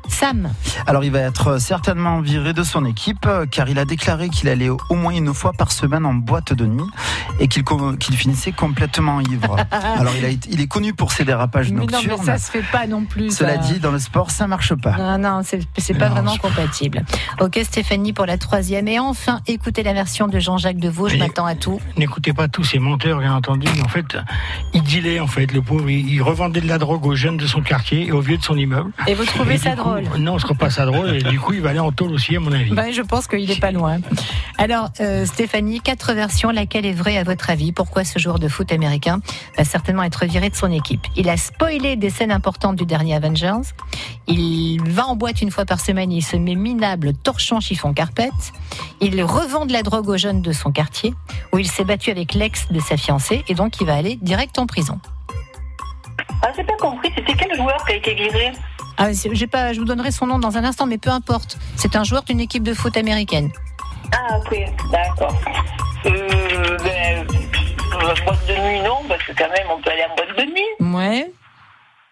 Sam, Alors il va être certainement viré de son équipe euh, car il a déclaré qu'il allait au moins une fois par semaine en boîte de nuit et qu'il com- qu'il finissait complètement ivre. Alors il, a été- il est connu pour ses dérapages mais non, nocturnes. mais ça se fait pas non plus. Cela ça. dit, dans le sport, ça marche pas. Non, non, c'est c'est pas vraiment compatible. Ok, Stéphanie, pour la troisième. Et enfin, écoutez la version de Jean-Jacques Devaux. Je Mais- m'attends à tout. N'écoutez pas tous ces menteurs, bien entendu. En fait, il dealait, en fait, le pauvre. Il, il revendait de la drogue aux jeunes de son quartier et aux vieux de son immeuble. Et vous trouvez du ça coup- drôle Non, je trouve pas ça drôle. Et du coup, il va aller en tôle aussi, à mon avis. Bah, Ben, je pense qu'il est pas loin. Alors, euh, Stéphanie, quatre versions. Laquelle est vraie à votre avis Pourquoi ce joueur de foot américain va certainement être viré de son équipe Il a spoilé des scènes importantes du dernier Avengers. Il va en boîte une fois par semaine. Il se met minable, torchon, chiffon, carpette. Il revend de la drogue aux jeunes de son quartier, où il s'est battu avec l'ex de sa fiancée, et donc il va aller direct en prison. Ah, j'ai pas compris, c'était quel joueur qui a été viré Ah, c'est- j'ai pas, je vous donnerai son nom dans un instant, mais peu importe. C'est un joueur d'une équipe de foot américaine. Ah, ok, d'accord. Euh, ben, euh, boîte de nuit, non, parce que quand même, on peut aller en boîte de nuit. Ouais.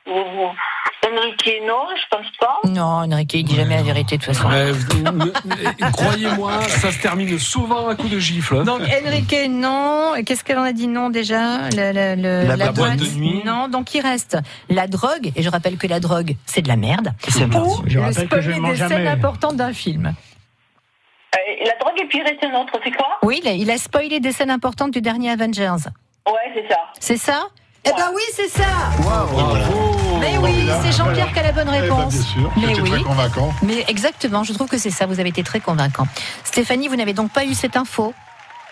Euh, Enrique, non, je pense pas. Non, Enrique, il dit jamais la vérité de toute façon. Ouais, vous- me- eh, Croyez-moi, ça se termine souvent à coups de gifle. hein. Donc Enrique, non. Et Qu'est-ce qu'elle en a dit non déjà La, la- le- La boîte de nuit. Non, donc il reste la drogue. Et je rappelle que la drogue, c'est de la merde. C'est Ou Je le rappelle que je spoiler ne mange des scènes jamais. importantes d'un film. Euh, la drogue et puis reste un autre, c'est quoi Oui, il a, il a spoilé des scènes importantes du dernier Avengers. Ouais, c'est ça. C'est ça Eh ben oui, c'est ça Mais oui, Formidable. c'est Jean-Pierre qui a la bonne Eh ben, réponse. bien sûr, Mais j'étais très oui. convaincant. Mais exactement, je trouve que c'est ça, vous avez été très convaincant. Stéphanie, vous n'avez donc pas eu cette info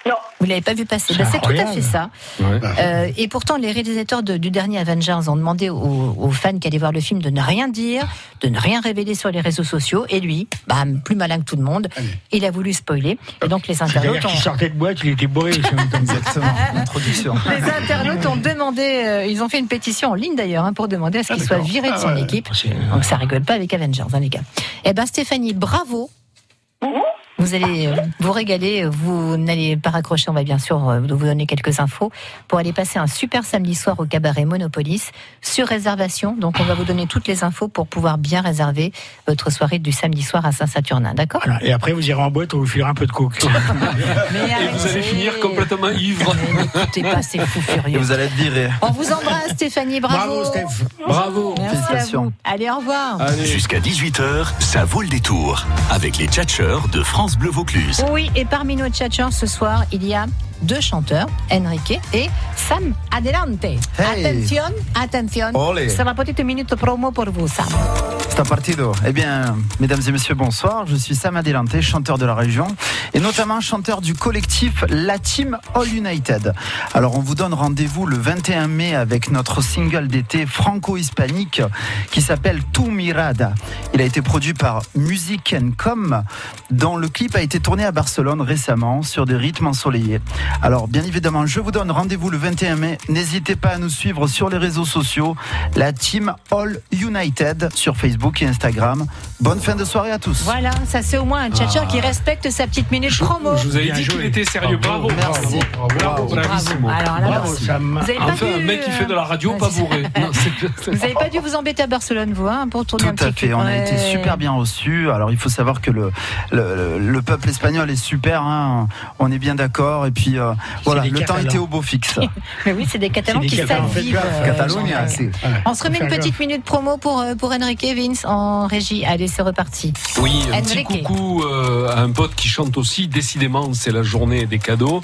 Non. Vous l'avez pas vu passer. Ben, C'est tout à incroyable. fait ça. Ouais. Euh, et pourtant, les réalisateurs de- du dernier Avengers ont demandé aux, aux fans qui allaient voir le film de ne rien dire, de ne rien révéler sur les réseaux sociaux. Et lui, bam, plus malin que tout le monde, il a voulu spoiler. Et donc les internautes C'est-à-dire qu'il ont, sortait de boîte, il était bourré. Exactement, l'introduction. les internautes ont demandé, euh, ils ont fait une pétition en ligne d'ailleurs hein, pour demander à ce qu'il soit viré de son Ah ouais. équipe. Donc ça rigole pas avec Avengers, hein, les gars. Eh ben Stéphanie, bravo. Vous allez euh, vous régaler, vous n'allez pas raccrocher, on va bien sûr euh, vous donner quelques infos pour aller passer un super samedi soir au cabaret Monopolis sur réservation. Donc on va vous donner toutes les infos pour pouvoir bien réserver votre soirée du samedi soir à Saint-Saturnin, d'accord Et après, vous irez en boîte, on vous filera un peu de coke. Et vous allez finir complètement ivre. N'écoutez pas ces fous furieux. vous allez être viré. On vous embrasse Stéphanie, bravo. Bravo, Steph. Bravo. Merci à Félicitations. vous. Allez, au revoir. Jusqu'à 18h, ça vaut le détour avec les tchatcheurs de France Bleu Vaucluse. Oui, et parmi nos tchatcheurs ce soir, il y a deux chanteurs, Enrique et Sam Adelante. Attention, attention. Olé. Ça va peut-être une minute promo pour vous, Sam. C'est un partido. Eh bien, mesdames et messieurs, bonsoir. Je suis Sam Adelante, chanteur de la région et notamment chanteur du collectif La Team All United. Alors, on vous donne rendez-vous le 21 mai avec notre single d'été franco-hispanique qui s'appelle Tu Mirada. Il a été produit par Music and Com, dont le clip a été tourné à Barcelone récemment sur des rythmes ensoleillés. Alors, bien évidemment, je vous donne rendez-vous le 21 mai. N'hésitez pas à nous suivre sur les réseaux sociaux, la team All United sur Facebook et Instagram. Bonne fin de soirée à tous. Voilà, ça c'est au moins un tchatcheur Ah. qui respecte sa petite minute promo. Je vous avais dit qu'il était sérieux. Bravo. Merci. Bravo. Bravissimo. Alors là, Bravo, merci. Sam. Vous avez pas Enfin, vu, euh, un mec qui fait de la radio pas bourré. Non, c'est- Vous n'avez pas dû vous embêter à Barcelone, vous, hein, pour tourner un Tout petit à fait, clip. on a été Ouais. super bien reçus. Alors il faut savoir que le, le, le peuple espagnol est super, hein. on est bien d'accord. Et puis euh, voilà, des le temps Catalans. était au beau fixe. Mais oui, c'est des Catalans C'est des qui Catalans. savent Faites vivre. gaffe, euh, Catalogne, hein, Jean-Jacques. c'est- On se remet Faut une faire petite minute promo pour, euh, pour Enrique Vince en régie. Allez, c'est reparti. Oui, un petit Enrique. coucou euh, à un pote qui chante aussi. Décidément, c'est la journée des cadeaux.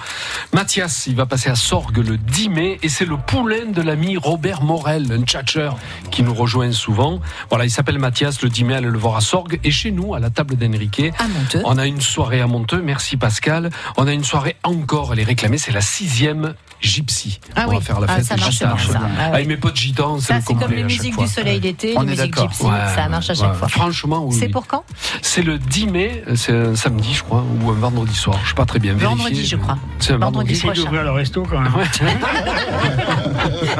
Mathias, il va passer à Sorgue le 10 mai et c'est le poulain de l'ami Robert Morel, un tchatcheur qui nous rejoint souvent. Voilà, il s'appelle Mathias. Le 10 mai, allez le voir à Sorgue et chez nous, à la table d'Enrique. On a une soirée à Monteux. Merci Pascal. On a une soirée encore. Elle est réclamée. C'est la sixième Gypsy. Ah On oui. va faire la Ah, fête ça des marche gitans. bien, ça. Ah oui. Avec mes potes gitans, c'est Ça, le c'est comme complet les à chaque musiques fois. du soleil d'été, les est musiques d'accord. gypsy, Ouais, ça ouais, marche à ouais. chaque fois. Franchement, oui. C'est oui. pour quand C'est le 10 mai, c'est un samedi, je crois, ou un vendredi soir. Je ne sais pas très bien. Vendredi, vérifier. je crois. C'est un vendredi, Vendredi Essayez d'ouvrir le resto quand même.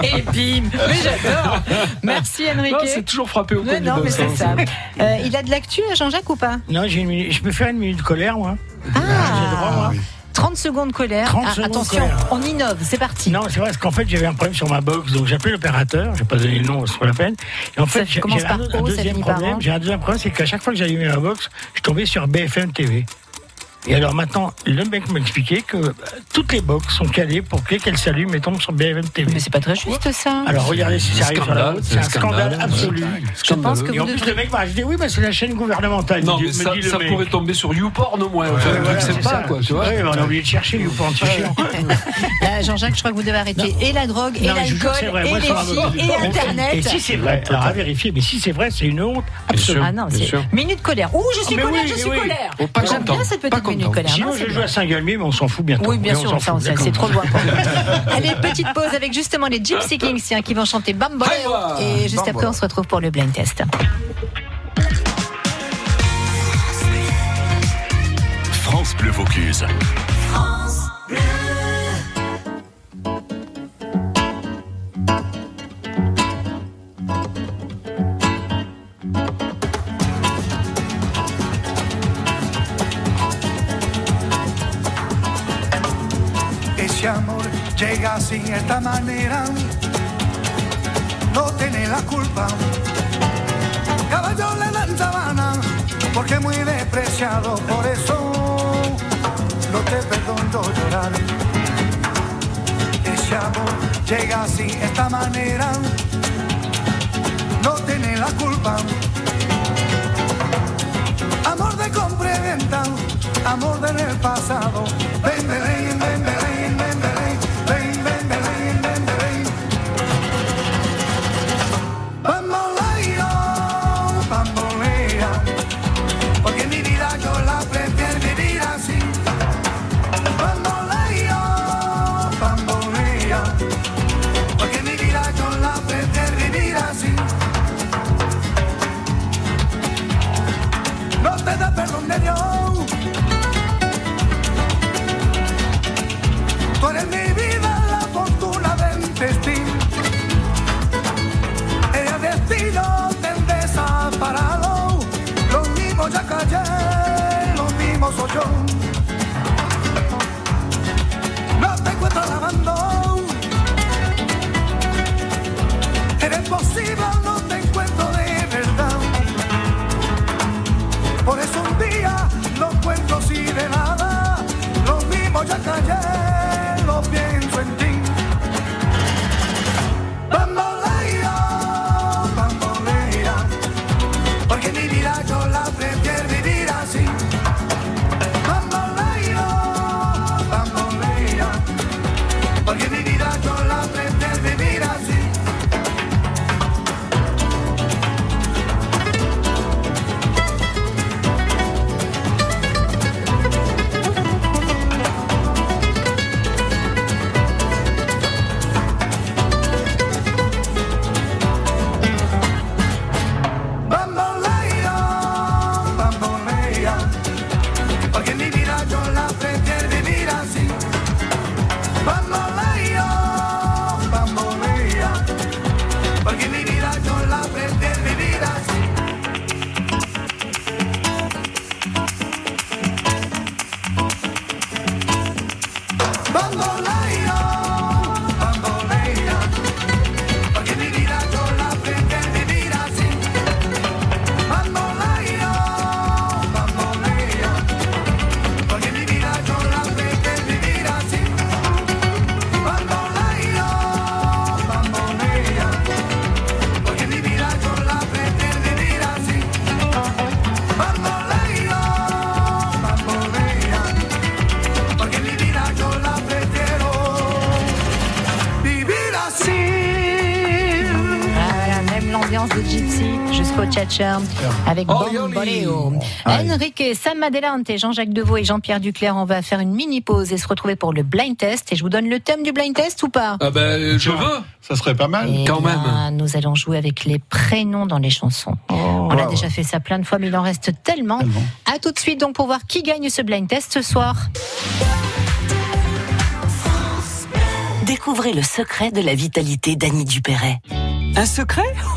Et bim Mais j'adore Merci Enrique. Non, c'est toujours frappé au Non, coin du non bon mais c'est sens. ça. Euh, il a de l'actu, Jean-Jacques, ou pas Non, j'ai une minute- je peux faire une minute colère, moi. Ah, 30 secondes colère. 30 Ah, secondes attention, colère. on innove, c'est parti. Non, c'est vrai, parce qu'en fait, j'avais un problème sur ma box, donc j'ai appelé l'opérateur, j'ai pas donné le nom, c'est pas la peine. Et en Ça fait, j'ai commence j'ai par un, O, ça un deuxième finit par problème, O. j'ai un deuxième problème, c'est qu'à chaque fois que j'allumais ma box, je tombais sur BFM TV. Et alors maintenant, le mec m'expliquait que euh, toutes les box sont calées pour que qu'elles s'allument et tombent sur BFM TV. Mais c'est pas très juste ça. Alors regardez si Un ça arrive sur la scandale, route, c'est un scandale ouais. absolu. Je pense que Et en vous plus, le mec m'a dit oui, mais c'est la chaîne gouvernementale. Non, Il mais me ça, dit le ça mec. pourrait tomber sur YouPorn au moins. Enfin, Ouais, un truc voilà, c'est sympa, ça. quoi, tu vois. Ouais, on a oublié de chercher YouPorn, c'est chiant. Là, Jean-Jacques, je crois que vous devez arrêter et la drogue, et Non, mais je vous jure l'alcool, que c'est vrai. et Moi, les sur la filles, drogue, et je- Internet. Et si c'est vrai, alors à vérifier, mais si c'est vrai, c'est une honte absolue. Ah non, c'est minute colère. Ouh, je suis Mais colère, oui, je mais suis oui. colère. Oh, pas J'aime content, bien cette pas petite minute content. colère. Sinon, Non, c'est je joue bien. à Saint-Galmier, mais on s'en fout bientôt. Oui, bien Mais on sûr, s'en ça, fout, ça, c'est d'accord. trop loin. Allez, petite pause avec justement les Gypsy Kings tiens, qui vont chanter Bamboleo. Et juste après, on se retrouve pour le blind test. France Bleu Vaucluse. Ese amor llega así, esta manera, no tiene la culpa. Caballo le dan sabana, porque es muy despreciado, por eso no te perdono llorar. Ese amor llega así, esta manera, no tiene la culpa. Amor de compra y venta, amor del pasado. Ven, ven, ven, ven, ven, ven, ven, ven, ven, ven, ven, ven, ven. Bamboleo, bambolea, porque mi vida yo la prefiero vivir así. Bamboleo, te da perdón de Dios. Tú eres mi vida, la fortuna del destino. El destino te desaparado. Los mismos ya callé, los mismos soy yo. No te encuentro lavando. Eres posible, no te encuentro de verdad. Por eso un día no encuentro sin de nada. Lo mismo ya callé, lo pienso en ti. Bambolea, bambolea, porque mi vida yo la prefiero vivir así. Bambolea, bambolea, porque mi vida yo la prefiero vivir así. Bambolea, bambolea, porque mi vida yo la prefiero vivir así. Bambolea, bambolea, porque mi vida yo la prefiero vivir así. Bambolea, bambolea, porque mi vida yo la prefiero vivir así. Bamboleo, bamboleo, porque mi vida yo la prefiero vivir así. Bamboleo, bamboleo, porque mi vida yo la prefiero vivir así. Bamboleo, bamboleo, porque mi vida yo la prefiero vivir así. Voilà, même l'ambiance de Gypsy jusqu'au Tchatcher avec Bamboleo. Ah Enrique Samadelante, Jean-Jacques Deveau et Jean-Pierre Duclerc, on va faire une mini pause et se retrouver pour le blind test. Et je vous donne le thème du blind test ou pas Ah ben, je veux. Ça serait pas mal. Eh Quand même. bien, Nous allons jouer avec les prénoms dans les chansons. on a déjà fait ça plein de fois, mais il en reste tellement. À tout de suite donc pour voir qui gagne ce blind test ce soir. Découvrez le secret de la vitalité d'Annie Dupéret. Un secret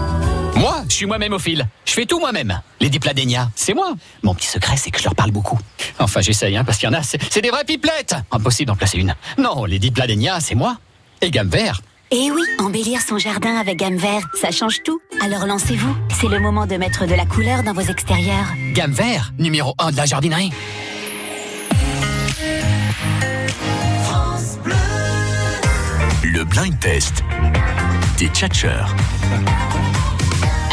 Moi, je suis moi-même au fil. Je fais tout moi-même. Les dipladénias, c'est moi. Mon petit secret, c'est que je leur parle beaucoup. Enfin, j'essaye, hein, parce qu'il y en a, c'est c'est des vraies pipelettes. Impossible d'en placer une. Non, les dipladénias, c'est moi. Et gamme vert. Et Eh oui, embellir son jardin avec gamme vert, ça change tout. Alors lancez-vous, c'est le moment de mettre de la couleur dans vos extérieurs. Gamme vert, numéro 1 de la jardinerie. Le blind test des tchatcheurs.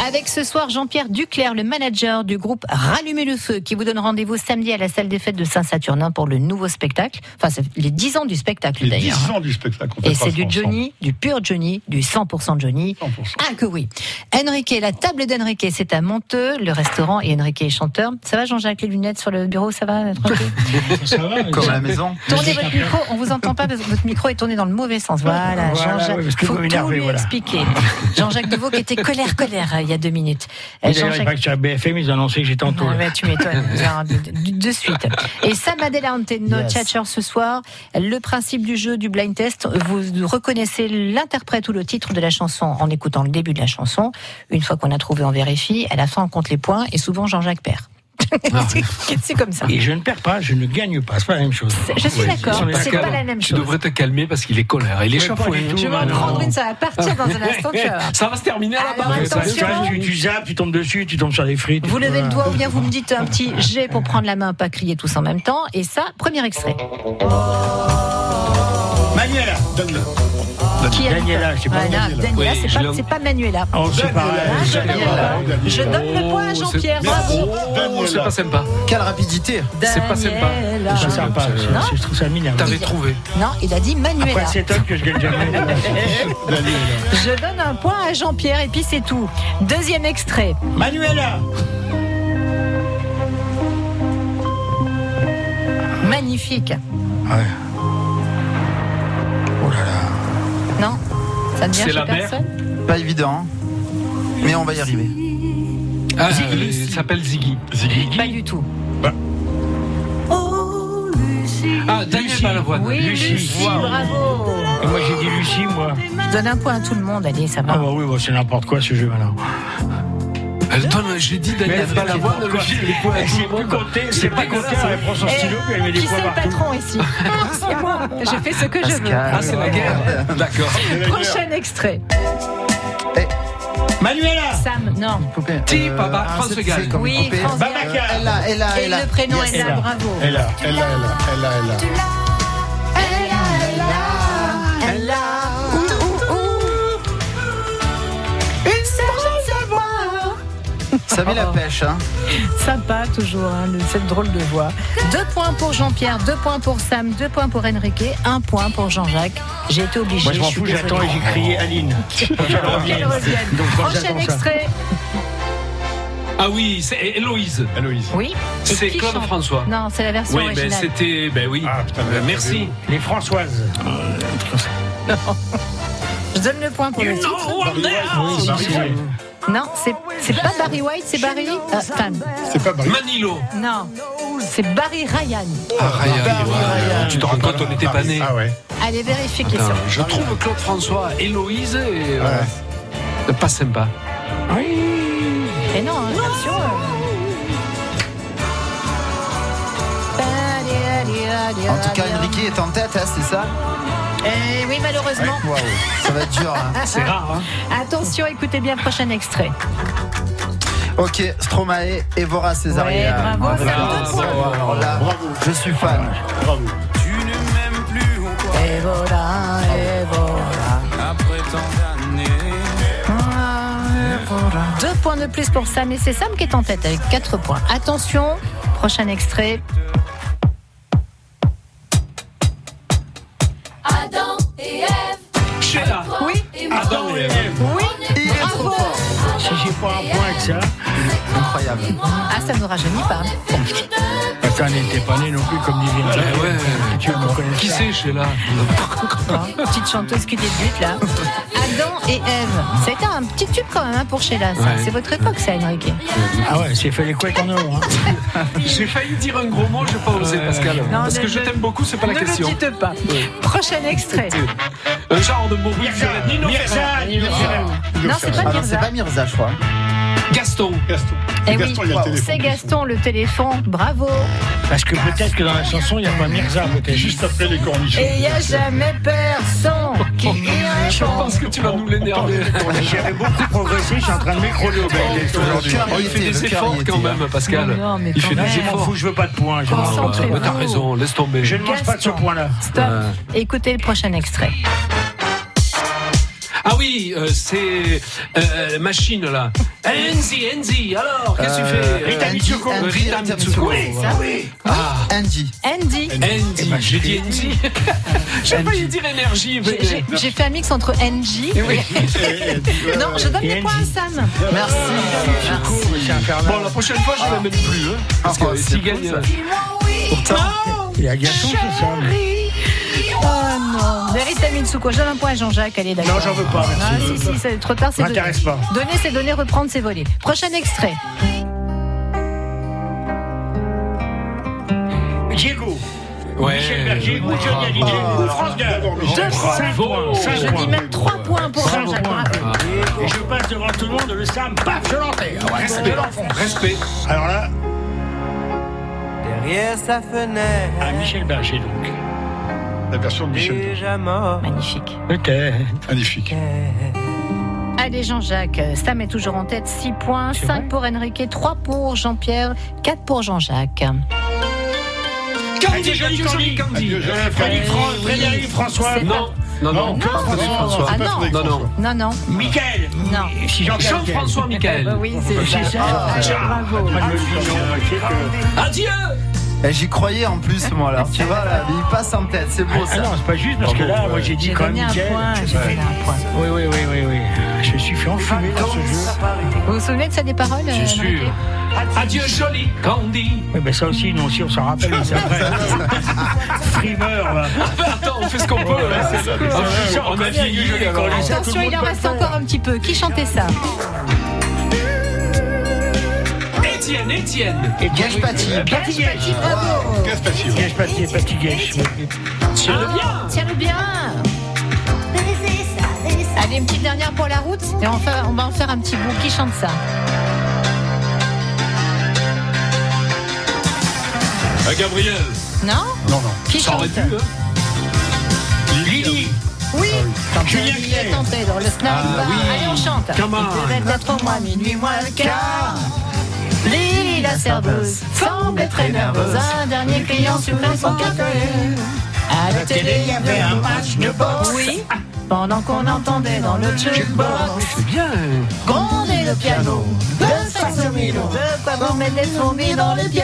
Avec ce soir Jean-Pierre Duclerc, le manager du groupe Rallumer le feu, qui vous donne rendez-vous samedi à la salle des fêtes de Saint-Saturnin pour le nouveau spectacle. Enfin, c'est les 10 ans du spectacle Les d'ailleurs. hein. 10 ans du spectacle. on Et fêtera c'est du ça ensemble. Johnny, du pur Johnny, du 100% Johnny. Ah que oui. Enrique, la table d'Enrique, c'est à Monteux, le restaurant et Enrique est chanteur. Ça va Jean-Jacques, les lunettes sur le bureau, ça va tranquille Comme à la maison. Tournez votre micro, on vous entend pas parce que votre micro est tourné dans le mauvais sens. Voilà, Voilà, Jean-Jacques, oui, parce que faut vous tout m'énervez, lui voilà. expliquer. Jean-Jacques Devaux qui était colère, colère euh, il y a deux minutes. Euh, Et D'ailleurs, il Jean-Jacques- paraît que sur la BFM, ils ont annoncé que j'étais en tour. Ah ouais, tu m'étonnes. Genre, de, de- de suite. Et Samadela Anteno, Yes. tchatcher ce soir. Le principe du jeu du blind test, vous reconnaissez l'interprète ou le titre de la chanson en écoutant le début de la chanson. Une fois qu'on a trouvé, on vérifie. À la fin, on compte les points. Et souvent, Jean-Jacques perd. c'est comme ça. Ah Et je ne perds pas, je ne gagne pas. C'est pas la même chose. Je suis d'accord, c'est pas la même Tu chose. devrais te calmer parce qu'il est colère. Il est Mais pas chafouin. du tout, Je vais en Manon. prendre une, ça va partir dans un instant. tu vas voir. Ça va se terminer à la Alors, barre. attention. Tu, vois, tu- tu zappes, tu tombes dessus, tu tombes sur les frites. Vous levez le doigt ou bien vous me dites un petit G pour prendre la main, pas crier tous en même temps. Et ça, premier extrait. Manuel, donne-le. Qui habite- Daniela, je sais pas. Voilà, Daniela. Daniela, Oui, c'est je pas- l'ai- c'est pas Manuela. Oh, c'est pareil. Voilà, je- Daniela. Je donne le Oh, Oh, point à Jean-Pierre. Bravo. C'est pas sympa. Quelle rapidité C'est pas sympa. Daniela. Je trouve ça pas, je- Non. je trouve ça minable. T'avais trouvé. Non, il a dit Manuela. Après, c'est top que je gagne jamais. Je donne un point à Jean-Pierre et puis c'est tout. Deuxième extrait. Manuela. Magnifique. Oh Non Ça ne vient C'est chez la mère personne Pas évident, hein. mais on va y arriver. Ah, il s'appelle Ziggy. Ziggy. Pas du tout. Ah, Daniel Balavoine. Oui, Lucie, bravo. Et moi, j'ai dit Lucie, moi. Je donne un point à tout le monde, allez, ça Ah, va. bah oui, bah, c'est n'importe quoi ce jeu maintenant. Attends, j'ai dit Daniel Mais- Balavoine, Quoi Lucie, les points à Elle tout sait le plus monde. compter, elle C'est hein. sait pas pas compter, grave, ça. elle prend son stylo et elle met des Eh, Qui points c'est le partout. patron ici C'est moi. Je fais ce que je veux. Ah, c'est la guerre. D'accord. Prochain extrait. Eh. Manuela Sam, non. Euh, Ti, papa, France Gall. Oui, France Gall. Babacar. Elle a, elle a, Et elle a. le prénom Yes. est là, bravo. Elle a, elle a, elle a, elle a, elle a. Elle a une surge à savoir. Ça met la pêche, hein. Sympa toujours, hein, le- cette drôle de voix. Deux points pour Jean-Pierre, deux points pour Sam, deux points pour Enrique, un point pour Jean-Jacques. J'ai été obligé. Moi, je m'en suis fous, désolée. j'attends et j'ai crié Aline. Pour qu'elle revienne. Donc, moi, Prochain j'attends ça. extrait. Ah oui, c'est Héloïse. Oui. Et C'est qui Claude chante François. Non, c'est la version Oui, ben originale. c'était. Ben oui. Euh, Merci. Les Françoises. Je donne le point pour le titre. Non, c'est c'est pas Barry White, c'est Barry. euh, Enfin, C'est pas Barry. Manilo. non. C'est Barry Ryan. Ah, Ryan, ouais. Tu te rends compte, on était pas nés. Ah ouais. Allez, vérifier qui est Attends, sur. je trouve Claude François, Héloïse et. euh, Pas sympa. Et non, hein, attention. euh. En tout Oh. cas, Enrique est en tête, hein, c'est ça Eh oui, malheureusement. Waouh, ça va être dur. hein. Attention, écoutez bien, prochain extrait. Ok, Stromae, Evora Césaria. bravo, ça me donne point. Alors là, je suis fan. Bravo. Et voilà, et voilà. Ah, Après tant d'années. Deux points de plus pour Sam, et c'est Sam qui est en tête avec quatre points. Attention, prochain extrait. Adam et Ève. Sheila. Oui. Adam et Ève. Oui, bravo. Si j'ai pas un point avec ça, Incroyable. Ah, ça ne nous rajeunit pas. ça n'était pas né non plus comme dit Vincent. Ben Ouais, ouais, ouais. Tu me connais Qui ça. c'est chez là Hein, Petite chanteuse qui débute là. Adam et Ève. Ça a été un petit tube quand même hein, pour Sheila. ça. Ouais. C'est votre époque, ça, Enrique. Ah ouais, c'est fait les couettes en or. Hein. J'ai failli dire un gros mot, j'ai pas osé, Pascal. Parce ne- que je ne- t'aime beaucoup, c'est pas la ne question. le dites pas. Prochain extrait. Un genre Euh, de mot oui, Violette, Nino Ferrer. Mirza, Nino Ferrer. Non, c'est pas Ah non, c'est Mirza. pas Mirza, je crois. Gaston. Gaston. Eh oui, Gaston, il y a le téléphone. c'est Gaston le téléphone. Bravo. Parce que peut-être que dans la chanson, il n'y a pas Mirza, peut-être. Juste après les cornichons. Et il n'y a jamais personne qui y Oh, Je répond. pense que tu vas nous l'énerver. J'avais beaucoup progressé, je suis en train de m'écrouler au bel. Le cœur Oh, y il fait était, des le cœur efforts y était, quand hein. même, Pascal. Mais non, mais Il quand fait même. des Je m'en efforts. fous, je veux pas de points. je m'en Ah, fous. ouais, mais T'as Concentrez-vous. raison, Euh, laisse tomber. Je ne mange pas de ce Gaston. point-là. Stop. Ouais. Écoutez le prochain extrait. Ah oui, euh, c'est euh, machine là. Enzi, Enzi, alors, qu'est-ce que tu fais Euh, Rita Andy, Mitsuko. Andy, Rita Andy Mitsuko. Mitsuko, voilà. Ah, Andy. Andy. Andy, j'ai dit Andy. J'ai failli dire énergie, J'ai- mais. J'ai j'ai fait un mix entre NG et. non, je donne Et le point à NG. Sam. Merci. C'est infernal. Ah. Bon, la prochaine fois, je ne l'amène plus. Hein, parce Ah, que c'est s'il cool, gagne. ça. euh, Il y a Gaston, c'est ça. mais- Oh non. Verita Mitsuko, je donne un point à Jean-Jacques, allez d'accord. Non, j'en veux pas, merci. Ah, si, si, c'est trop tard, c'est donné. M'intéresse pas. Donner, c'est donner, reprendre, c'est voler. Prochain extrait. Diego, Michel Berger, Ouais. ou Johnny Hallyday, Ah, ou France Gall. Cinq Deux points. points. Je Oh, Cinq dis points. même trois points pour Cinq Jean-Jacques. points. Ah. bravo. Et je passe devant tout le monde, le Sam, paf, je l'enterre. Respect. Respect. Alors là, Derrière sa fenêtre, à Michel Berger donc. La version de Michel. Berger. déjà mort. Magnifique. Peut-être. Magnifique. Allez Jean-Jacques, Sam est toujours en tête. 6 points, C'est 5 pour Enrique, 3 pour Jean-Pierre, 4 pour Jean-Jacques. Candy, Candy, Candy, Adieu, Jean-Pierre. Frédéric François. C'est Non. pas- Non, non, non, pas Frédéric François. Ah Pas non, Frédéric non, non, François. non, non. Michael Non. Eh ben Si j'en garde Jean-François quelqu'un. Michael. Oui, C'est ça. Ah, Tiens, bravo. Antoine Le Fillon, Adieu Eh, J'y croyais en plus, moi, là. Tu vois, là, il passe en tête, c'est beau Ah ça. non, c'est pas juste parce que là, moi j'ai dit J'ai quand même donné un Michael. point, j'ai donné un point. Oui, oui, oui, oui, oui. Ah, Je suis fait enfumer dans ce jeu. Vous vous souvenez de ça des paroles euh, Bien sûr. Enrique Adieu, joli Candy. Oui, ben ça aussi, nous aussi, on s'en rappelle. mais c'est après. Frimeur, là. Attends, on fait ce qu'on peut. hein, c'est ça. Ah, je suis sûr, On a fini je l'ai collé. Attention, il en reste encore un petit peu. Qui chantait ça Étienne, Étienne. Et Gage Patti. Gage Patti, bravo. Gage Patti. Gage Patti, Patti Gage. Ah, Tiens-le bien Allez, une petite dernière pour la route. Et on, fait- on va en faire un petit bout. Qui chante ça Ah, Gabriel. Non Non, non. Qui Ça aurait chante pu, hein. Lily. Oui Julien Il est tenté dans le snap. Ah, oui. Allez, on chante. Come on. Il devait être pour moi minuit moins le quart. Lily, la serveuse, semblait très nerveuse. Un dernier client supprimait son café. À la télé, il y avait un match de boxe. Oui. Pendant qu'on entendait dans le jukebox C'est bien. gronder le piano. De saxomino. De quoi vous mettre des fourmis dans les pieds.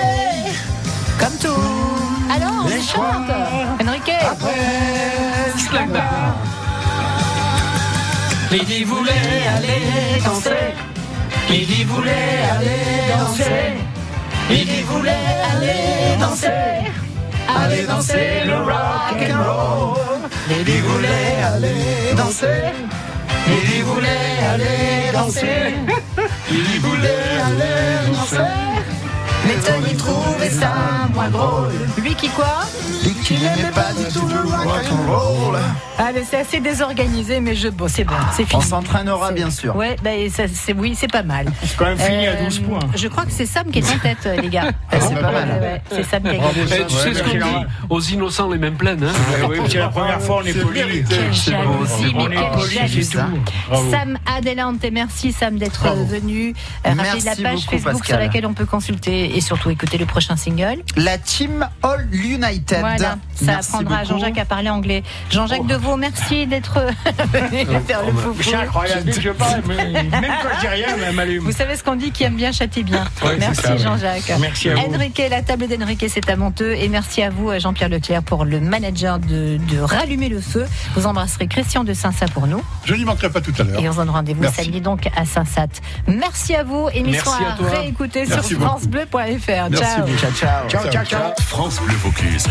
Comme tout. Alors, on Les chante. Enrique. Lily voulait aller danser. Lily voulait aller danser. Lily voulait aller danser. Aller danser le rock and roll. Lily voulait aller danser. Lily voulait aller danser. Lily voulait aller danser. Mais Tony trouvait ça moins drôle. Lui qui quoi Lui qui n'aimait pas du tout le rock and roll. eh? Ah, mais c'est assez désorganisé, mais je bon, c'est bon, c'est fini. Ah, On s'entraînera, bien sûr. Ouais, bah, et ça, c'est, oui, c'est pas mal. C'est quand même fini à 12 points. Je crois que c'est Sam qui est en tête, euh, les gars. Ah, c'est pas mal. Ouais, ouais, c'est Sam qui a gagné. Eh, tu sais ce qu'on dit aux innocents les mêmes pleines. Hein Ah oui, c'est la première fois, on est poli. Quelle C'est bon, jalousie, on mais est quelle poli, c'est jalousie. tout. Sam Adelante, merci Sam d'être venu. Euh, Rappelez Merci la page beaucoup, Facebook sur Pascal. laquelle on peut consulter et surtout écouter le prochain single. La team All United. Voilà, ça Merci apprendra à beaucoup. Oh. Jean-Jacques à parler anglais. Jean-Jacques Deveau, merci d'être euh, venu faire le fou. Euh, oh, C'est incroyable. Je parle, mais même quand je dis rien, elle m'allume. Vous savez ce qu'on dit, qui aime bien châtie bien. Ouais, c'est merci ça, ouais. Jean-Jacques. Merci à vous. Enrique, la table d'Enrique, c'est à Monteux. Et merci à vous, à Jean-Pierre Leclerc, pour le manager de, de Rallumer le Feu. Vous embrasserez Christian de Saint-Sa pour nous. Je n'y manquerai pas tout à l'heure. Et on se donne rendez-vous Merci. samedi donc à Saint-Sat. Merci à vous. Émission Merci à toi. à, réécouter Merci sur beaucoup. francebleu.fr. Merci Ciao. beaucoup. Ciao, ciao. Ciao, ciao, ciao. France Bleu Vaucluse.